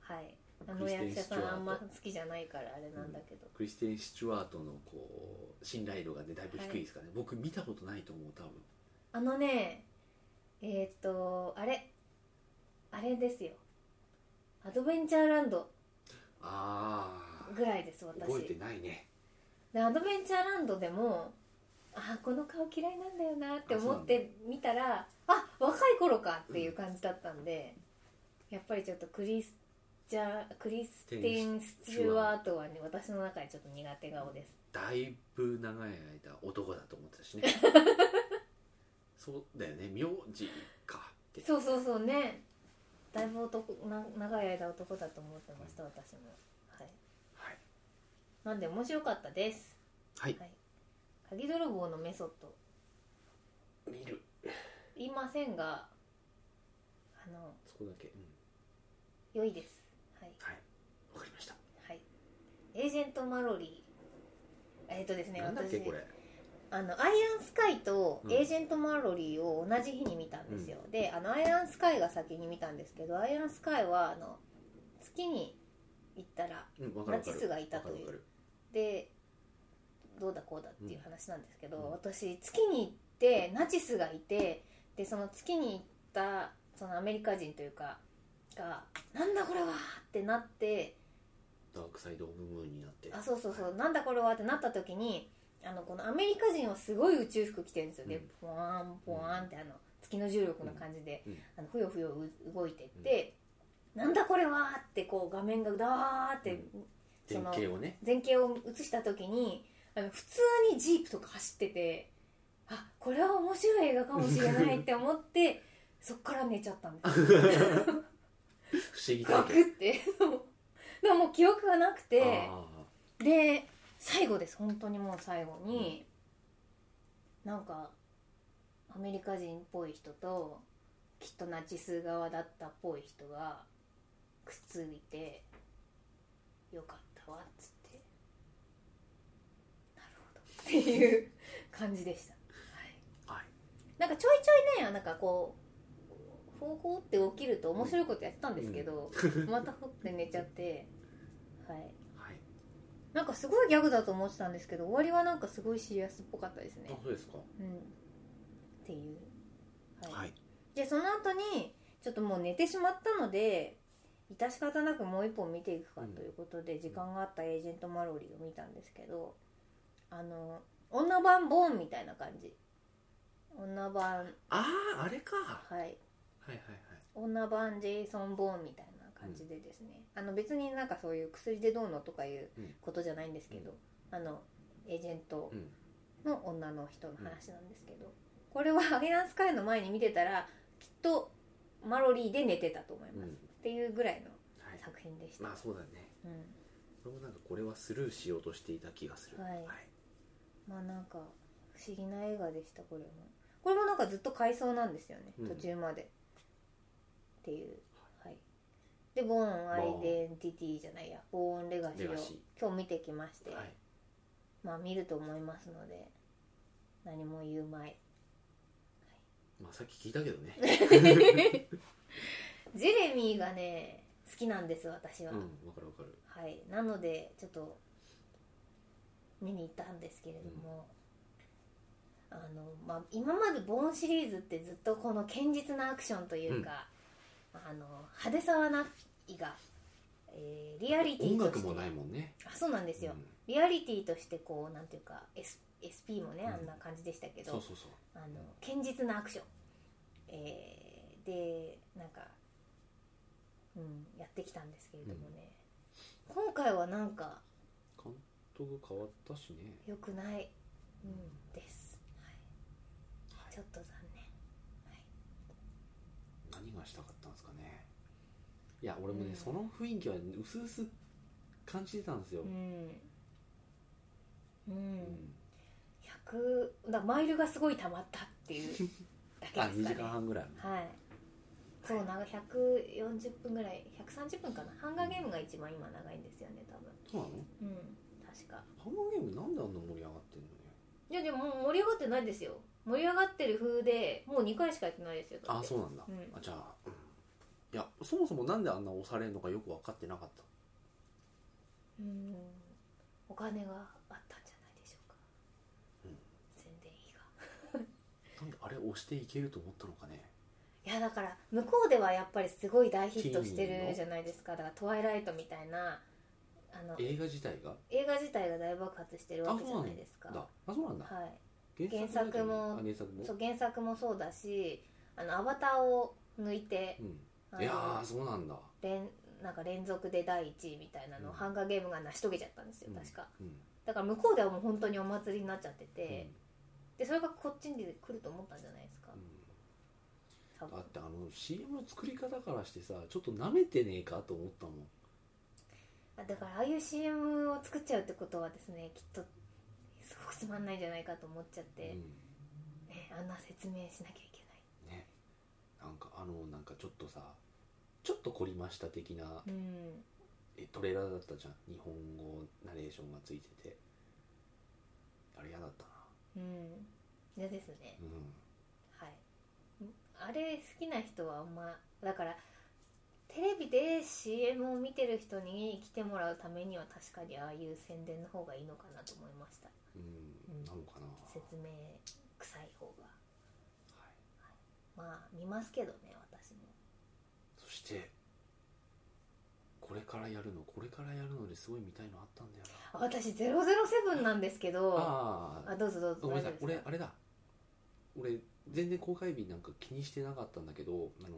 [SPEAKER 2] はいあの役者さんあんま好きじゃないからあれなんだけど、
[SPEAKER 1] クリステン・シチュワートのこう信頼度がねだいぶ低いですからね、僕見たことないと思う多分
[SPEAKER 2] あのねえー、っとあれあれですよアドベンチャーランド
[SPEAKER 1] あ
[SPEAKER 2] ぐらいです
[SPEAKER 1] あ覚え
[SPEAKER 2] 私
[SPEAKER 1] てないね
[SPEAKER 2] でアドベンチャーランドでもあーこの顔嫌いなんだよなって思って見たらあ若い頃かっていう感じだったんで、やっぱりちょっとクリスジャークリスティン・スチュワートはね私の中でちょっと苦手顔です
[SPEAKER 1] だいぶ長い間男だと思ってた しねそうだよね名字かって
[SPEAKER 2] そうそうそうねだいぶ男な長い間男だと思ってました私もはい
[SPEAKER 1] はい、
[SPEAKER 2] なんで面白かったです
[SPEAKER 1] はい、
[SPEAKER 2] 鍵泥棒のメソッド
[SPEAKER 1] 見る
[SPEAKER 2] 言いませんがあの
[SPEAKER 1] そこだけ、うん、
[SPEAKER 2] 良いですはい
[SPEAKER 1] はいわかりました
[SPEAKER 2] はい、エージェント・マロリーえっ、とですね
[SPEAKER 1] なんだっけ
[SPEAKER 2] 私
[SPEAKER 1] これ
[SPEAKER 2] あのアイアンスカイと
[SPEAKER 1] うん
[SPEAKER 2] エージェント・マロリーを同じ日に見たんですよ、であのアイアンスカイが先に見たんですけどアイアンスカイはあの月に行ったら
[SPEAKER 1] うんわかるわか
[SPEAKER 2] ナチ
[SPEAKER 1] る
[SPEAKER 2] スがいたとい
[SPEAKER 1] わ
[SPEAKER 2] う
[SPEAKER 1] かるわかる
[SPEAKER 2] でどうだこうだっていう話なんですけど、
[SPEAKER 1] うん
[SPEAKER 2] 私月に行ってナチスがいてでその月に行ったそのアメリカ人というかが「なんだこれは!」ってなって
[SPEAKER 1] ダークサイド・オブ・ムーンになって
[SPEAKER 2] あそうそうそうなんだこれはってなった時にあのこのアメリカ人はすごい宇宙服着てるんですよね、ポワンポワンってあの月の重力の感じで、
[SPEAKER 1] うんうん
[SPEAKER 2] あのふよふよう動いてって、なんだこれはってこう画面がダーって
[SPEAKER 1] 前景をね
[SPEAKER 2] 前景を映した時にあの普通にジープとか走っててあこれは面白い映画かもしれないって思ってそっから寝ちゃったん ですよ
[SPEAKER 1] 不思議体
[SPEAKER 2] ガク
[SPEAKER 1] 験
[SPEAKER 2] って そうだからもう記憶がなくて。
[SPEAKER 1] あ
[SPEAKER 2] で最後です本当にもう最後に、なんかアメリカ人っぽい人ときっとナチス側だったっぽい人がくっついてよかったわっつってなるほどっていう感じでした、はい、
[SPEAKER 1] ーはい
[SPEAKER 2] なんかちょいちょいねなんかこう方法って起きると面白いことやってたんですけど、またほって寝ちゃってはい
[SPEAKER 1] はい
[SPEAKER 2] なんかすごいギャグだと思ってたんですけど終わりはなんかすごいシリアスっぽかったですね
[SPEAKER 1] あ、そうですか
[SPEAKER 2] うん、っていう、
[SPEAKER 1] はい
[SPEAKER 2] でその後にちょっともう寝てしまったので致し方なくもう一本見ていくかということで、時間があったエージェント・マロリーを見たんですけどあの女版ボーンみたいな感じ女版
[SPEAKER 1] あああれかは
[SPEAKER 2] はい
[SPEAKER 1] いはいはい
[SPEAKER 2] 女版ジェイソン・ボーンみたいな感じでですね、あの別になんかそういう薬でどうのとかいうことじゃないんですけど、あのエージェント
[SPEAKER 1] うん
[SPEAKER 2] の女の人の話なんですけど、これはアイアンスカイの前に見てたらきっとマロリーで寝てたと思います、
[SPEAKER 1] うん
[SPEAKER 2] っていうぐらいの
[SPEAKER 1] はい
[SPEAKER 2] 作品でした、
[SPEAKER 1] まあそうだね
[SPEAKER 2] うん、
[SPEAKER 1] 俺もなんかこれはスルーしようとしていた気がする
[SPEAKER 2] はいまあなんか不思議な映画でしたこれもこれもなんかずっと回想なんですよね、
[SPEAKER 1] うん
[SPEAKER 2] 途中までっていうはいでボーンアイデンティティじゃないやボーンレガシ
[SPEAKER 1] レ
[SPEAKER 2] ーを
[SPEAKER 1] ガシ
[SPEAKER 2] 今日見てきまして、
[SPEAKER 1] はい
[SPEAKER 2] まあ見ると思いますので何も言うまい
[SPEAKER 1] まあさっき聞いたけどね
[SPEAKER 2] ジェレミーがね好きなんです私
[SPEAKER 1] う
[SPEAKER 2] は、
[SPEAKER 1] んわかるわかる
[SPEAKER 2] はいなのでちょっと見に行ったんですけれども、あの、まあ、今までボーンシリーズってずっとこの堅実なアクションというか、あの派手さはないが、えーリアリティ
[SPEAKER 1] 音
[SPEAKER 2] と
[SPEAKER 1] 楽
[SPEAKER 2] して
[SPEAKER 1] もないもんね
[SPEAKER 2] あそうなんですよ、
[SPEAKER 1] うん
[SPEAKER 2] リアリティとしてこうなんていうか、S、SP もね
[SPEAKER 1] うん
[SPEAKER 2] あんな感じでしたけど、
[SPEAKER 1] そうそうそう
[SPEAKER 2] あの堅実なアクション、えーでなんか、うん、やってきたんですけれどもね、今回はなんか
[SPEAKER 1] 監督変わったしね
[SPEAKER 2] 良くない、うん、です、は、
[SPEAKER 1] はいい
[SPEAKER 2] ちょっと残念
[SPEAKER 1] 何がしたかったんですかねいや俺もね、
[SPEAKER 2] うん
[SPEAKER 1] その雰囲気はうすうす感じてたんですよ、
[SPEAKER 2] うん、う
[SPEAKER 1] うん
[SPEAKER 2] ん、100だマイルがすごい溜まったっていうだ
[SPEAKER 1] あ
[SPEAKER 2] けで
[SPEAKER 1] 2
[SPEAKER 2] す
[SPEAKER 1] 時
[SPEAKER 2] か
[SPEAKER 1] 間
[SPEAKER 2] ね
[SPEAKER 1] 半ぐらい
[SPEAKER 2] はいそうなんか140分ぐらい130分かなハンガーゲームが一番今長いんですよね多分
[SPEAKER 1] そうなの
[SPEAKER 2] うん確か
[SPEAKER 1] ハンガーゲームなんであんな盛り上がってんのね
[SPEAKER 2] いやでも盛り上がってないですよ盛り上がってる風でもう2回しかやってないですよだ
[SPEAKER 1] あ
[SPEAKER 2] って
[SPEAKER 1] そうなんだ、
[SPEAKER 2] うん
[SPEAKER 1] あじゃあうんいやそもそもなんであんな押されるのかよく分かってなかった
[SPEAKER 2] うんお金があったんじゃないでしょうか、
[SPEAKER 1] うん
[SPEAKER 2] 宣伝費が
[SPEAKER 1] なんであれ押していけると思ったのかね
[SPEAKER 2] いやだから向こうではやっぱりすごい大ヒットしてるじゃないですかだから「トワイライト」みたいなあの
[SPEAKER 1] 映画自体が
[SPEAKER 2] 映画自体が大爆発してるわ
[SPEAKER 1] あ
[SPEAKER 2] けじ
[SPEAKER 1] そう
[SPEAKER 2] ゃ
[SPEAKER 1] な
[SPEAKER 2] なんい
[SPEAKER 1] だ
[SPEAKER 2] ですか
[SPEAKER 1] あそうなんだ
[SPEAKER 2] はい
[SPEAKER 1] 原作だよね
[SPEAKER 2] 原作も
[SPEAKER 1] あ原作も
[SPEAKER 2] そう原作もそうだしあのアバターを抜いて
[SPEAKER 1] う
[SPEAKER 2] あ
[SPEAKER 1] ん、
[SPEAKER 2] の
[SPEAKER 1] いやーそうなんだ、
[SPEAKER 2] 連なんか連続で第1位みたいなのを
[SPEAKER 1] うん
[SPEAKER 2] ハンガーゲームが成し遂げちゃったんですよ
[SPEAKER 1] うん
[SPEAKER 2] 確か
[SPEAKER 1] うん
[SPEAKER 2] だから向こうではもう本当にお祭りになっちゃって
[SPEAKER 1] うん
[SPEAKER 2] てでそれがこっちに来ると思ったんじゃないですか多
[SPEAKER 1] うんだ
[SPEAKER 2] 分
[SPEAKER 1] ってあの CM の作り方からしてさちょっと舐めてねえかと思ったもん
[SPEAKER 2] あだからああいう CM を作っちゃうってことはですねきっとすごくつまんないんじゃないかと思っちゃって、
[SPEAKER 1] うん
[SPEAKER 2] ね、あんな説明しなきゃいけ
[SPEAKER 1] ねなんかあのなんかちょっとさちょっと凝りました的な
[SPEAKER 2] ないうん
[SPEAKER 1] えトレーラーだったじゃん日本語ナレーションがついててあれ嫌だったな
[SPEAKER 2] うん嫌ですね
[SPEAKER 1] うん
[SPEAKER 2] はいんあれ好きな人はあんまだからテレビで CM を見てる人に来てもらうためには確かにああいう宣伝の方がいいのかなと思いました
[SPEAKER 1] うん、
[SPEAKER 2] うん
[SPEAKER 1] なのかな
[SPEAKER 2] 説明臭い方が
[SPEAKER 1] はい
[SPEAKER 2] まあ見ますけどね私も
[SPEAKER 1] そしてこれからやるのこれからやるのですごい見たいのあったんだよ
[SPEAKER 2] あ私007なんですけ
[SPEAKER 1] な
[SPEAKER 2] ど
[SPEAKER 1] ああ
[SPEAKER 2] あどうぞどうぞ
[SPEAKER 1] ごめんなさい
[SPEAKER 2] 大丈夫で
[SPEAKER 1] 俺あれだ俺全然公開日なんか気にしてなかったんだけどあの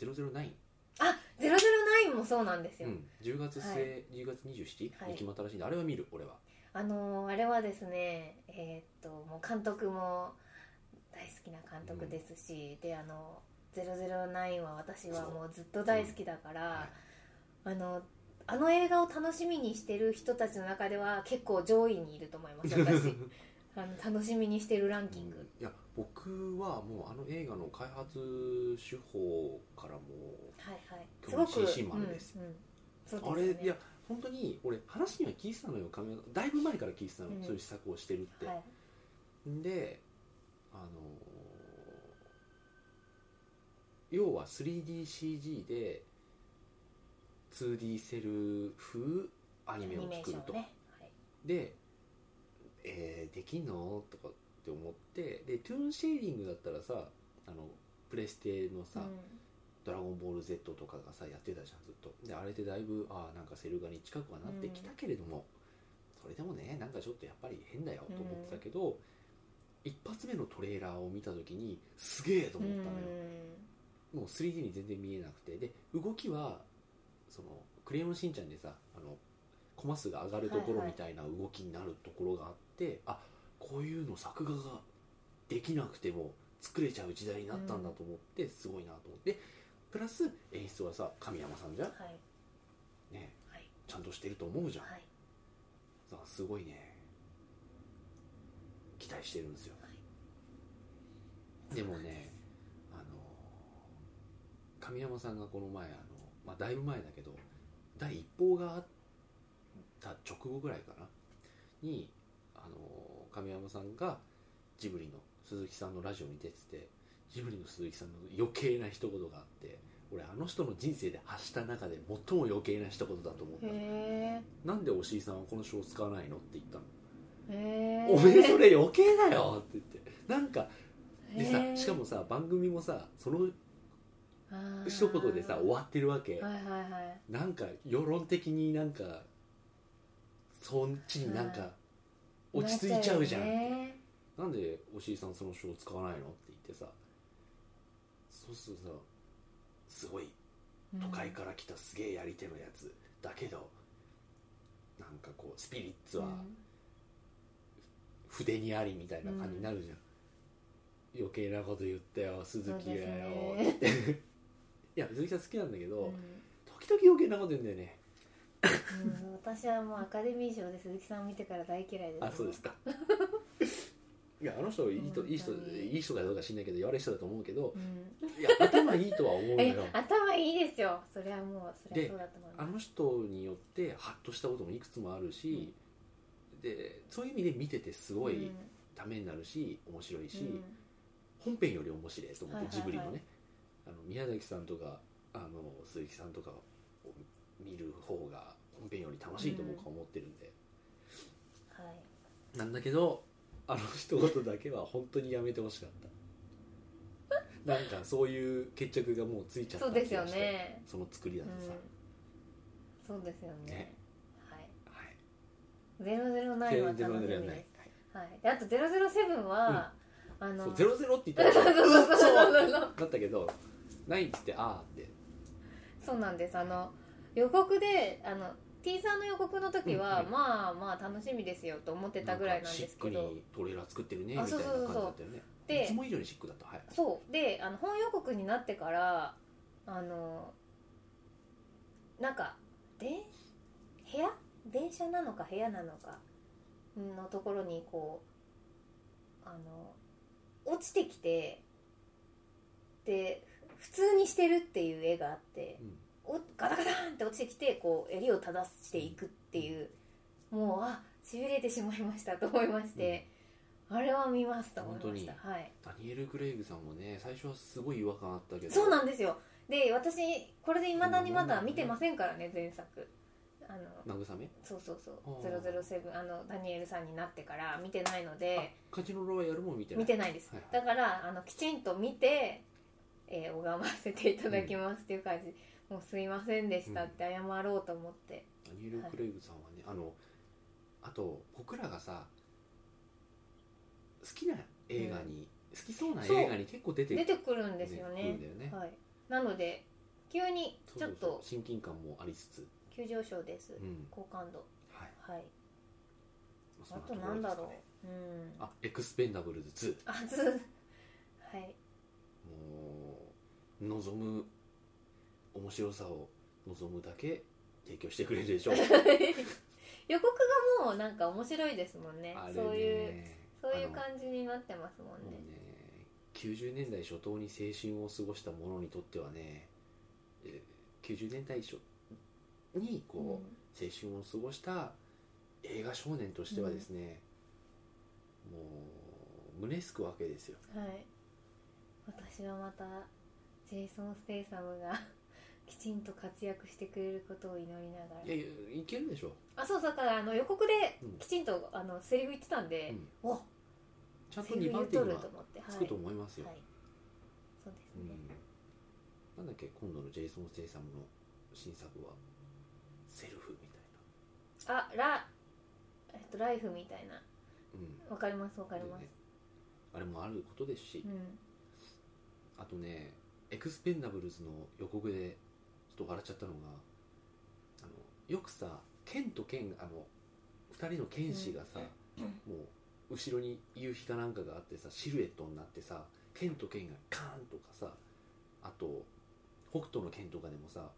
[SPEAKER 1] 009、
[SPEAKER 2] す009もそうなんです
[SPEAKER 1] う
[SPEAKER 2] よ、
[SPEAKER 1] ん、10月末、
[SPEAKER 2] はい
[SPEAKER 1] 10月27、
[SPEAKER 2] はい
[SPEAKER 1] 決まったらしいんであれは見る俺は
[SPEAKER 2] あのーあれはですねえーっともう監督も大好きな監督ですし、であの009は私はもうずっと大好きだから、あのあの映画を楽しみにしてる人たちの中では結構上位にいると思 います私あの楽しみにしてるランキング、
[SPEAKER 1] いや僕はもうあの映画の開発手法からも
[SPEAKER 2] はいはいす
[SPEAKER 1] 興
[SPEAKER 2] ご
[SPEAKER 1] 味
[SPEAKER 2] く
[SPEAKER 1] 津々丸です
[SPEAKER 2] うんうんそう
[SPEAKER 1] あ
[SPEAKER 2] です
[SPEAKER 1] れ
[SPEAKER 2] よね
[SPEAKER 1] いや本当に俺話には聞いてたのよ亀山だいぶ前から聞いてたの、
[SPEAKER 2] うん
[SPEAKER 1] そういう施策をしてるって、
[SPEAKER 2] はい
[SPEAKER 1] であのー要は 3DCG で 2D セル風ア
[SPEAKER 2] ア
[SPEAKER 1] ニメを作ると、
[SPEAKER 2] ねはい
[SPEAKER 1] で、えーできんのとかって思ってでトゥーンシェーディングだったらさあのプレステのさ、
[SPEAKER 2] う
[SPEAKER 1] ドラゴンボール Z とかがさやってたじゃんずっとであれでだいぶああなんかセル画に近くはなってきたけれども、それでもねなんかちょっとやっぱり変だよと思ってたけど、一発目のトレーラーを見た時にすげえと思
[SPEAKER 2] ん
[SPEAKER 1] ったのよ、もう 3D に全然見えなくてで動きはその「クレヨンしんちゃん」でさあのコマ数が上がるところ
[SPEAKER 2] はいはい
[SPEAKER 1] みたいな動きになるところがあって、あこういうの作画ができなくても作れちゃう時代になったんだと思って、すごいなと思ってでプラス演出はさ神山さんじゃん、
[SPEAKER 2] はい
[SPEAKER 1] ね、
[SPEAKER 2] はい
[SPEAKER 1] ちゃんとしてると思うじゃん、
[SPEAKER 2] はい
[SPEAKER 1] さあすごいね期待してるんですよ、
[SPEAKER 2] は
[SPEAKER 1] でもねあの神山さんがこの前あの、まあ、だいぶ前だけど第一報があった直後ぐらいかなにあの神山さんがジブリの鈴木さんのラジオに出ててジブリの鈴木さんの余計な一言があって俺あの人の人生で発した中で最も余計な一言だと思ったの
[SPEAKER 2] へ
[SPEAKER 1] なんでおしいさんはこの書を使わないのって言ったの、
[SPEAKER 2] えへえ
[SPEAKER 1] おめえそれ余計だよって言ってなんかでさしかもさ番組もさその一言でさ終
[SPEAKER 2] わ
[SPEAKER 1] わってるわけ
[SPEAKER 2] はいはいはい
[SPEAKER 1] なんか世論的になんかそっちになんか落ち着いちゃうじゃん、
[SPEAKER 2] なっよね
[SPEAKER 1] なんでおしいさんその手法使わないのって言ってさそうするとさすごい都会から来たすげえやり手のやつだけどなんかこうスピリッツは筆にありみたいな感じになるじゃん、余計なこと言ったよ鈴木だよ
[SPEAKER 2] そうですね
[SPEAKER 1] っていや鈴木さん好きなんだけど、
[SPEAKER 2] うんうん
[SPEAKER 1] 時々余計なこと言うんだよね
[SPEAKER 2] うん私はもうアカデミー賞で鈴木さんを見てから大嫌いです
[SPEAKER 1] あそうですか いやあの人いいといい人
[SPEAKER 2] 本当に
[SPEAKER 1] いい人かどうか知んないけど悪い人だと思うけど
[SPEAKER 2] うん
[SPEAKER 1] いや頭いいとは思うの
[SPEAKER 2] え
[SPEAKER 1] よ
[SPEAKER 2] 頭いいですよそれはもうそれはそうだと思い
[SPEAKER 1] あ
[SPEAKER 2] ます
[SPEAKER 1] の人によってハッとしたこともいくつもあるし、でそういう意味で見ててすごいためになるし、面白いし、
[SPEAKER 2] うんうん
[SPEAKER 1] 本編より面白いと思って、
[SPEAKER 2] はいはいはい
[SPEAKER 1] ジブリのねあの宮崎さんとかあの鈴木さんとかを見る方が本編より楽しいと僕は思ってるんで、
[SPEAKER 2] はい
[SPEAKER 1] なんだけどあの一言だけは本当にやめてほしかったなんかそういう決着がもうついちゃった
[SPEAKER 2] そう
[SPEAKER 1] 気が
[SPEAKER 2] で
[SPEAKER 1] し
[SPEAKER 2] す
[SPEAKER 1] て
[SPEAKER 2] よね
[SPEAKER 1] その作りだとさ、
[SPEAKER 2] うん、そうですよね
[SPEAKER 1] ね
[SPEAKER 2] はい
[SPEAKER 1] はい
[SPEAKER 2] 「009」は
[SPEAKER 1] ゼロ
[SPEAKER 2] 楽
[SPEAKER 1] ゼロゼ
[SPEAKER 2] し
[SPEAKER 1] ロ
[SPEAKER 2] み
[SPEAKER 1] ない
[SPEAKER 2] です、はい、であと「007は」あ
[SPEAKER 1] そう
[SPEAKER 2] の
[SPEAKER 1] ゼロゼロって言ったら
[SPEAKER 2] そう
[SPEAKER 1] そう
[SPEAKER 2] そうそうそうそう
[SPEAKER 1] だったけどないっつってああって
[SPEAKER 2] そうなんですあの予告であの T さんの予告の時は、
[SPEAKER 1] うんうん
[SPEAKER 2] まあまあ楽しみですよと思ってたぐらいなんですけ
[SPEAKER 1] な
[SPEAKER 2] ど
[SPEAKER 1] んかシックにトレーラー作ってるねみた
[SPEAKER 2] あ
[SPEAKER 1] いな
[SPEAKER 2] そうそ
[SPEAKER 1] 感
[SPEAKER 2] うそう
[SPEAKER 1] じ
[SPEAKER 2] そう
[SPEAKER 1] だったよね
[SPEAKER 2] で
[SPEAKER 1] いつも以上にシックだったはい
[SPEAKER 2] そうであの本予告になってからあのなんかで部屋電車なのか部屋なのかのところにこうあの落ちてきてで普通にしてるっていう絵があって
[SPEAKER 1] うん
[SPEAKER 2] おガタガタンって落ちてきてこう襟を正していくっていうもうあしびれてしまいましたと思いまして、あれは見ますと思いました
[SPEAKER 1] 本
[SPEAKER 2] はい
[SPEAKER 1] ダニエル・グレイグさんもね最初はすごい違和感あったけど
[SPEAKER 2] そうなんですよで私これでいまだにまだ見てませんからね前作あの
[SPEAKER 1] 慰め
[SPEAKER 2] そうそうそう
[SPEAKER 1] あー
[SPEAKER 2] 007あのダニエルさんになってから見てないので
[SPEAKER 1] カジノロワイヤルも見てない
[SPEAKER 2] 見てないです
[SPEAKER 1] はいはい
[SPEAKER 2] だからあのきちんと見て、えー拝ませていただきますっていう感じ、もうすいませんでしたって謝ろうと思って、
[SPEAKER 1] ダニエル・クレイグさんはね、あのあと僕らがさ好きな映画に、好きそうな映画に結構出て
[SPEAKER 2] 出てくるんですよ
[SPEAKER 1] くる
[SPEAKER 2] ね
[SPEAKER 1] んだよね、
[SPEAKER 2] はい、なので急にち
[SPEAKER 1] そ
[SPEAKER 2] ょっ
[SPEAKER 1] うそう
[SPEAKER 2] と
[SPEAKER 1] 親近感もありつつ、
[SPEAKER 2] 急上昇です、
[SPEAKER 1] うん
[SPEAKER 2] 好感度
[SPEAKER 1] はい、
[SPEAKER 2] はい
[SPEAKER 1] そ
[SPEAKER 2] あ
[SPEAKER 1] な
[SPEAKER 2] と
[SPEAKER 1] ころ
[SPEAKER 2] なんだろう、
[SPEAKER 1] です
[SPEAKER 2] うん
[SPEAKER 1] かねあエクスペンダブルズ
[SPEAKER 2] あずはい
[SPEAKER 1] 2もう望む面白さを望むだけ提供してくれるで しょう
[SPEAKER 2] 予告がもうなんか面白いですもんね
[SPEAKER 1] あれね
[SPEAKER 2] そういうそういう
[SPEAKER 1] あの
[SPEAKER 2] 感じになってますもん
[SPEAKER 1] もう
[SPEAKER 2] ね
[SPEAKER 1] ね90年代初頭に青春を過ごした者にとってはねえー90年代初にこう、青春を過ごした映画少年としてはですね、もう胸すくわけですよ
[SPEAKER 2] うんはい私はまたジェイソン・ステイサムが きちんと活躍してくれることを祈りなが
[SPEAKER 1] いや
[SPEAKER 2] ら
[SPEAKER 1] いやいけるでしょ
[SPEAKER 2] あそうだからあの予告で
[SPEAKER 1] うん
[SPEAKER 2] きちんとあのセリフ言ってたんで、お
[SPEAKER 1] ちゃんと
[SPEAKER 2] セリ
[SPEAKER 1] 2
[SPEAKER 2] フ言
[SPEAKER 1] 番
[SPEAKER 2] う
[SPEAKER 1] 手
[SPEAKER 2] と
[SPEAKER 1] に
[SPEAKER 2] る
[SPEAKER 1] は
[SPEAKER 2] と思ってはい
[SPEAKER 1] つくと思いますよ、
[SPEAKER 2] はいそうです
[SPEAKER 1] うん
[SPEAKER 2] ね、
[SPEAKER 1] なんだっけ今度のジェイソン・ステイサムの新作はセルフみたい
[SPEAKER 2] あラえっとライフみたいな
[SPEAKER 1] なうん
[SPEAKER 2] わかりますわかります、
[SPEAKER 1] でねあれもあることですし、
[SPEAKER 2] うん
[SPEAKER 1] あとねエクスペンダブルズの予告でちょっと笑っちゃったのがあのよくさ剣と剣あの2人の剣士がさ、もう後ろに夕日かなんかがあってさシルエットになってさ剣と剣がカーンとかさあと北斗の剣とかでもさ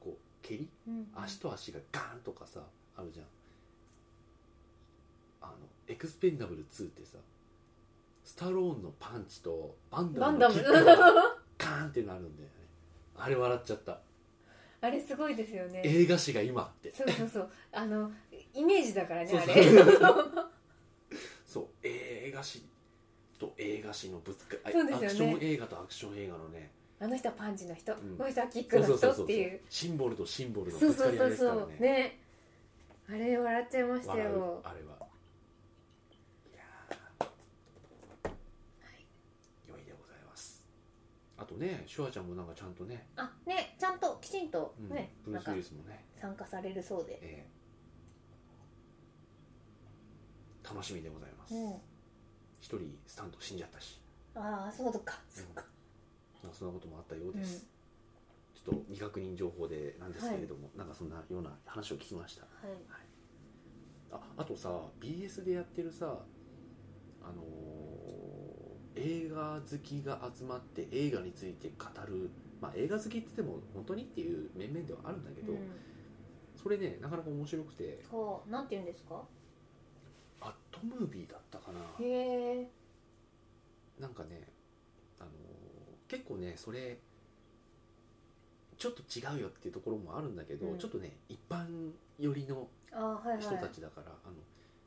[SPEAKER 1] こう蹴り
[SPEAKER 2] うん
[SPEAKER 1] 足と足がガーンとかさあるじゃんあのエクスペンダブル2ってさスタローンのパンチとバン
[SPEAKER 2] バ
[SPEAKER 1] ダム
[SPEAKER 2] ンダ
[SPEAKER 1] の
[SPEAKER 2] ム
[SPEAKER 1] キックがガーンってなるんだよねあれ笑っちゃった
[SPEAKER 2] あれすごいですよね
[SPEAKER 1] 映画史が今って
[SPEAKER 2] そうそうそうあのイメージだからね
[SPEAKER 1] そう
[SPEAKER 2] あ
[SPEAKER 1] そう
[SPEAKER 2] れ
[SPEAKER 1] そう映画史と映画史のぶつかり、
[SPEAKER 2] そうです
[SPEAKER 1] ア
[SPEAKER 2] よね
[SPEAKER 1] クション映画とアクション映画のね
[SPEAKER 2] あの人はパンチの人、
[SPEAKER 1] ん
[SPEAKER 2] この人はキッ
[SPEAKER 1] そ
[SPEAKER 2] ク
[SPEAKER 1] うそうそ
[SPEAKER 2] の人
[SPEAKER 1] うそ
[SPEAKER 2] っ
[SPEAKER 1] う
[SPEAKER 2] ていう
[SPEAKER 1] シンボルとシンボルの
[SPEAKER 2] そ
[SPEAKER 1] ぶ
[SPEAKER 2] う
[SPEAKER 1] つか
[SPEAKER 2] そう
[SPEAKER 1] り合
[SPEAKER 2] そ
[SPEAKER 1] いうですから
[SPEAKER 2] そう
[SPEAKER 1] ね
[SPEAKER 2] ねあれ笑っちゃいました
[SPEAKER 1] 笑う
[SPEAKER 2] よ
[SPEAKER 1] あれはいやあとねシュワちゃんもなんかちゃんとね、
[SPEAKER 2] あねちゃんときちんと
[SPEAKER 1] うん
[SPEAKER 2] ね、
[SPEAKER 1] ブルー
[SPEAKER 2] なん
[SPEAKER 1] ス・
[SPEAKER 2] か
[SPEAKER 1] ウィリスもね、
[SPEAKER 2] 参加されるそうで、
[SPEAKER 1] ええ楽しみでございます
[SPEAKER 2] うん、
[SPEAKER 1] 一、人スタント死んじゃったし
[SPEAKER 2] ああそうかそうか、
[SPEAKER 1] まあそんなこともあったよう
[SPEAKER 2] うん
[SPEAKER 1] です、ちょっと未確認情報でなんですけれども、なんかそんなような話を聞きました
[SPEAKER 2] はい
[SPEAKER 1] ああとさ BS でやってるさあのー映画好きが集まって映画について語るまあ映画好きって言っても本当にっていう面々ではあるんだけど、
[SPEAKER 2] うん
[SPEAKER 1] それねなかなか面白くて
[SPEAKER 2] こうなんて言うんですか
[SPEAKER 1] アットムービーだったかな
[SPEAKER 2] へえ
[SPEAKER 1] なんかね、あのー結構ねそれちょっと違うよっていうところもあるんだけど、
[SPEAKER 2] うん
[SPEAKER 1] ちょっとね一般寄りの
[SPEAKER 2] ああはいはい
[SPEAKER 1] 人たちだから、あの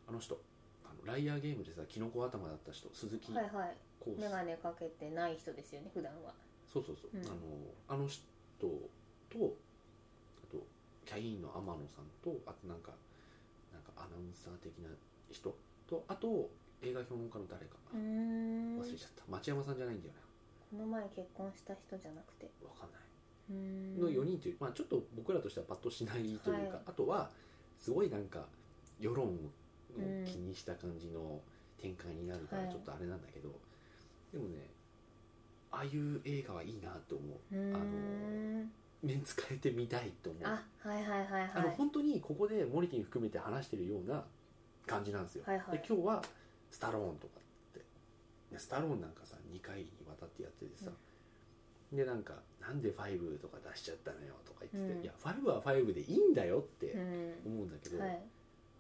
[SPEAKER 1] あの人あのライアーゲームでさキノコ頭だった人鈴木
[SPEAKER 2] はいはい
[SPEAKER 1] コース、
[SPEAKER 2] 眼鏡かけてない人ですよね普段は
[SPEAKER 1] そうそうそう、
[SPEAKER 2] うん
[SPEAKER 1] あのあの人とあとキャインの天野さんとあとなんかなんかアナウンサー的な人とあと映画評論家の誰か、
[SPEAKER 2] うーん
[SPEAKER 1] 忘れちゃった町山さんじゃないんだよね
[SPEAKER 2] この前結婚した人じゃなくて
[SPEAKER 1] わかんないう
[SPEAKER 2] ーん
[SPEAKER 1] の4人という、まあ、ちょっと僕らとしてはパッとしないというか、
[SPEAKER 2] はい
[SPEAKER 1] あとはすごいなんか世論を気にした感じの展開になるから
[SPEAKER 2] はい
[SPEAKER 1] ちょっとあれなんだけど、でもねああいう映画はいいなと思
[SPEAKER 2] うーん
[SPEAKER 1] あのう面使えてみたいと思う
[SPEAKER 2] あはいはいはいはい
[SPEAKER 1] あの本当にここでモリキン含めて話してるような感じなんですよ、
[SPEAKER 2] はいはい
[SPEAKER 1] で今日はスタローンとかってでスタローンなんかさ2回にわたってやっててさ、でなんか「なんで5とか出しちゃったのよ」とか言ってて「
[SPEAKER 2] うん
[SPEAKER 1] いや5は5でいいんだよ」って
[SPEAKER 2] う
[SPEAKER 1] 思うんだけ
[SPEAKER 2] ん
[SPEAKER 1] ど、
[SPEAKER 2] はい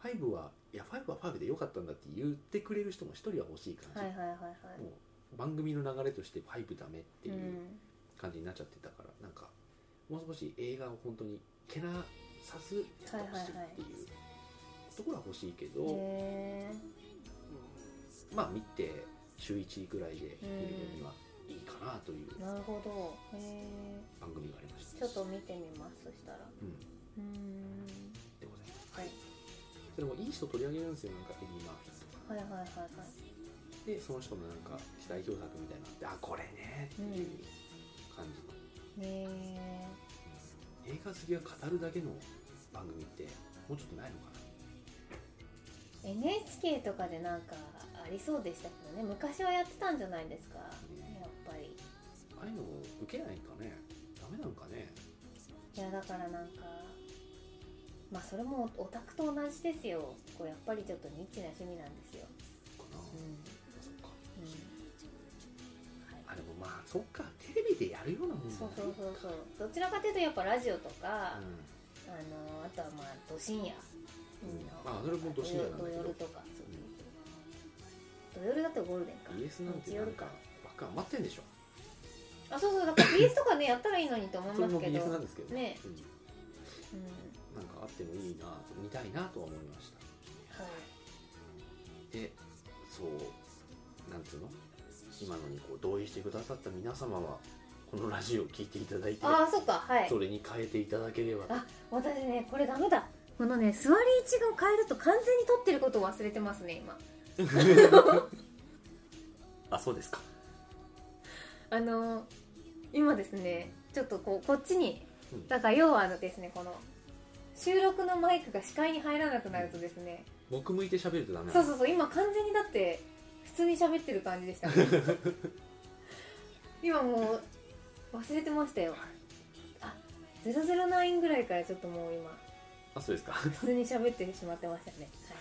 [SPEAKER 1] 5はいや5は5でよかったんだって言ってくれる人も1人は欲しい感じ、
[SPEAKER 2] はいはいはいはい
[SPEAKER 1] もう番組の流れとして5ダメっていう、
[SPEAKER 2] ん
[SPEAKER 1] 感じになっちゃってたからなんかもう少し映画を本当にけなさずやってほしいっていうところは欲しいけど、
[SPEAKER 2] へ
[SPEAKER 1] まあ見て週1ぐらいで見る分にはいいかなという
[SPEAKER 2] えなるほどへえ
[SPEAKER 1] 番組がありました
[SPEAKER 2] ちょっと見てみますそしたら
[SPEAKER 1] うんで
[SPEAKER 2] うーん
[SPEAKER 1] ございます
[SPEAKER 2] はい
[SPEAKER 1] それもいい人取り上げるんですよなんかエディ・マーフィーとか
[SPEAKER 2] はいはいはいは
[SPEAKER 1] で
[SPEAKER 2] い
[SPEAKER 1] その人のなんか代表作みたいなのってあこれねっていう感じの、
[SPEAKER 2] ねえ
[SPEAKER 1] 映画好きが語るだけの番組ってもうちょっとないのかな
[SPEAKER 2] NHK とかでなんかありそうでしたけどね昔はやってたんじゃないですかやっぱり
[SPEAKER 1] ああいうの受けないんかねダメなんかね
[SPEAKER 2] いやだからなんかまあそれもオタクと同じですよこうやっぱりちょっとニッチな趣味なんですよ
[SPEAKER 1] かな、
[SPEAKER 2] うん、
[SPEAKER 1] そっか
[SPEAKER 2] うん
[SPEAKER 1] あでもまあそっかテレビでやるようなもんだね
[SPEAKER 2] そうそうそうそうどちらかというとやっぱラジオと
[SPEAKER 1] う
[SPEAKER 2] か、
[SPEAKER 1] ん
[SPEAKER 2] あのあとはまあど深夜、
[SPEAKER 1] うんまあそれもど深夜なんだ
[SPEAKER 2] 土
[SPEAKER 1] けど
[SPEAKER 2] 曜土曜とかそうそうそう土曜だとゴールデンか
[SPEAKER 1] BS なんてな
[SPEAKER 2] 日曜
[SPEAKER 1] ん
[SPEAKER 2] 日
[SPEAKER 1] かば
[SPEAKER 2] か
[SPEAKER 1] っか待ってんでしょ
[SPEAKER 2] あそうそうだから BS とかねやったらいいのにと思い
[SPEAKER 1] それ
[SPEAKER 2] ます
[SPEAKER 1] も
[SPEAKER 2] けど
[SPEAKER 1] BS なんですけど
[SPEAKER 2] ね
[SPEAKER 1] うん
[SPEAKER 2] うん
[SPEAKER 1] なんかあってもいいなと見たいなとは思いました
[SPEAKER 2] はい
[SPEAKER 1] でそうなんつうの今のにこう同意してくださった皆様はこのラジオを聞いていただいて
[SPEAKER 2] ああそっかはい
[SPEAKER 1] それに変えていただければ
[SPEAKER 2] あ私ねこれダメだこのね座り位置を変えると完全に取ってることを忘れてますね今
[SPEAKER 1] あそうですか
[SPEAKER 2] あのー今ですねちょっとこうこっちに
[SPEAKER 1] うん
[SPEAKER 2] だから要はあのですねこの収録のマイクが視界に入らなくなるとですね、
[SPEAKER 1] 僕向いて喋るとダメな
[SPEAKER 2] そ
[SPEAKER 1] の
[SPEAKER 2] うそうそう今完全にだって普通に喋ってる感じで した、ね、今もう忘れてましたよあ009ぐらいからちょっともう今
[SPEAKER 1] あそうですか
[SPEAKER 2] 普通に喋ってしまってましたね、はい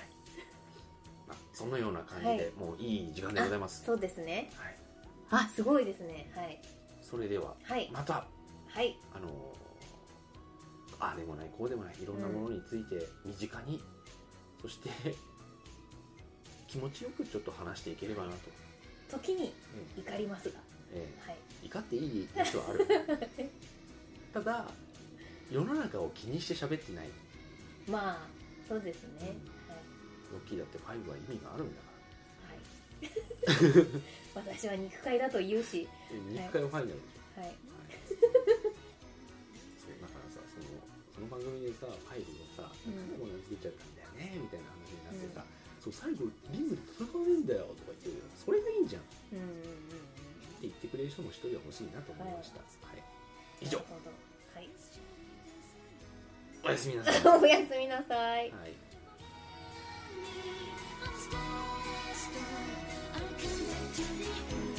[SPEAKER 1] あそのような感じで、
[SPEAKER 2] はい
[SPEAKER 1] もういい時間でございます
[SPEAKER 2] そうですね
[SPEAKER 1] はい、
[SPEAKER 2] あすごいですねはい
[SPEAKER 1] それでは
[SPEAKER 2] はい
[SPEAKER 1] また
[SPEAKER 2] はい
[SPEAKER 1] あのーああでもないこうでもないいろんなものについて身近に、そして気持ちよくちょっと話していければなと、
[SPEAKER 2] 時に怒りますが
[SPEAKER 1] え
[SPEAKER 2] はい
[SPEAKER 1] え怒っていいやつはある ただ世の中を気にして喋ってない
[SPEAKER 2] まあそうですね、はい
[SPEAKER 1] ロッキーだってファイブは意味があるんだか
[SPEAKER 2] はい 私は肉塊だと言うし、
[SPEAKER 1] らえ肉体をファイナルでしょ
[SPEAKER 2] はい、
[SPEAKER 1] そうだからさそのその番組でさファイルをさ「
[SPEAKER 2] うん
[SPEAKER 1] なんでこんなの作っちゃったんだよね」みたいな話になってさ「そう最後リングで戦わねえんだよ」とか言ってるよそれがいいんじゃん
[SPEAKER 2] うんうん
[SPEAKER 1] 言ってくれる人も一人は欲しいなと思いました、はい、以上
[SPEAKER 2] なるほどはい
[SPEAKER 1] おやすみなさ い
[SPEAKER 2] おやすみなさい
[SPEAKER 1] はい
[SPEAKER 3] I'll come back to the end.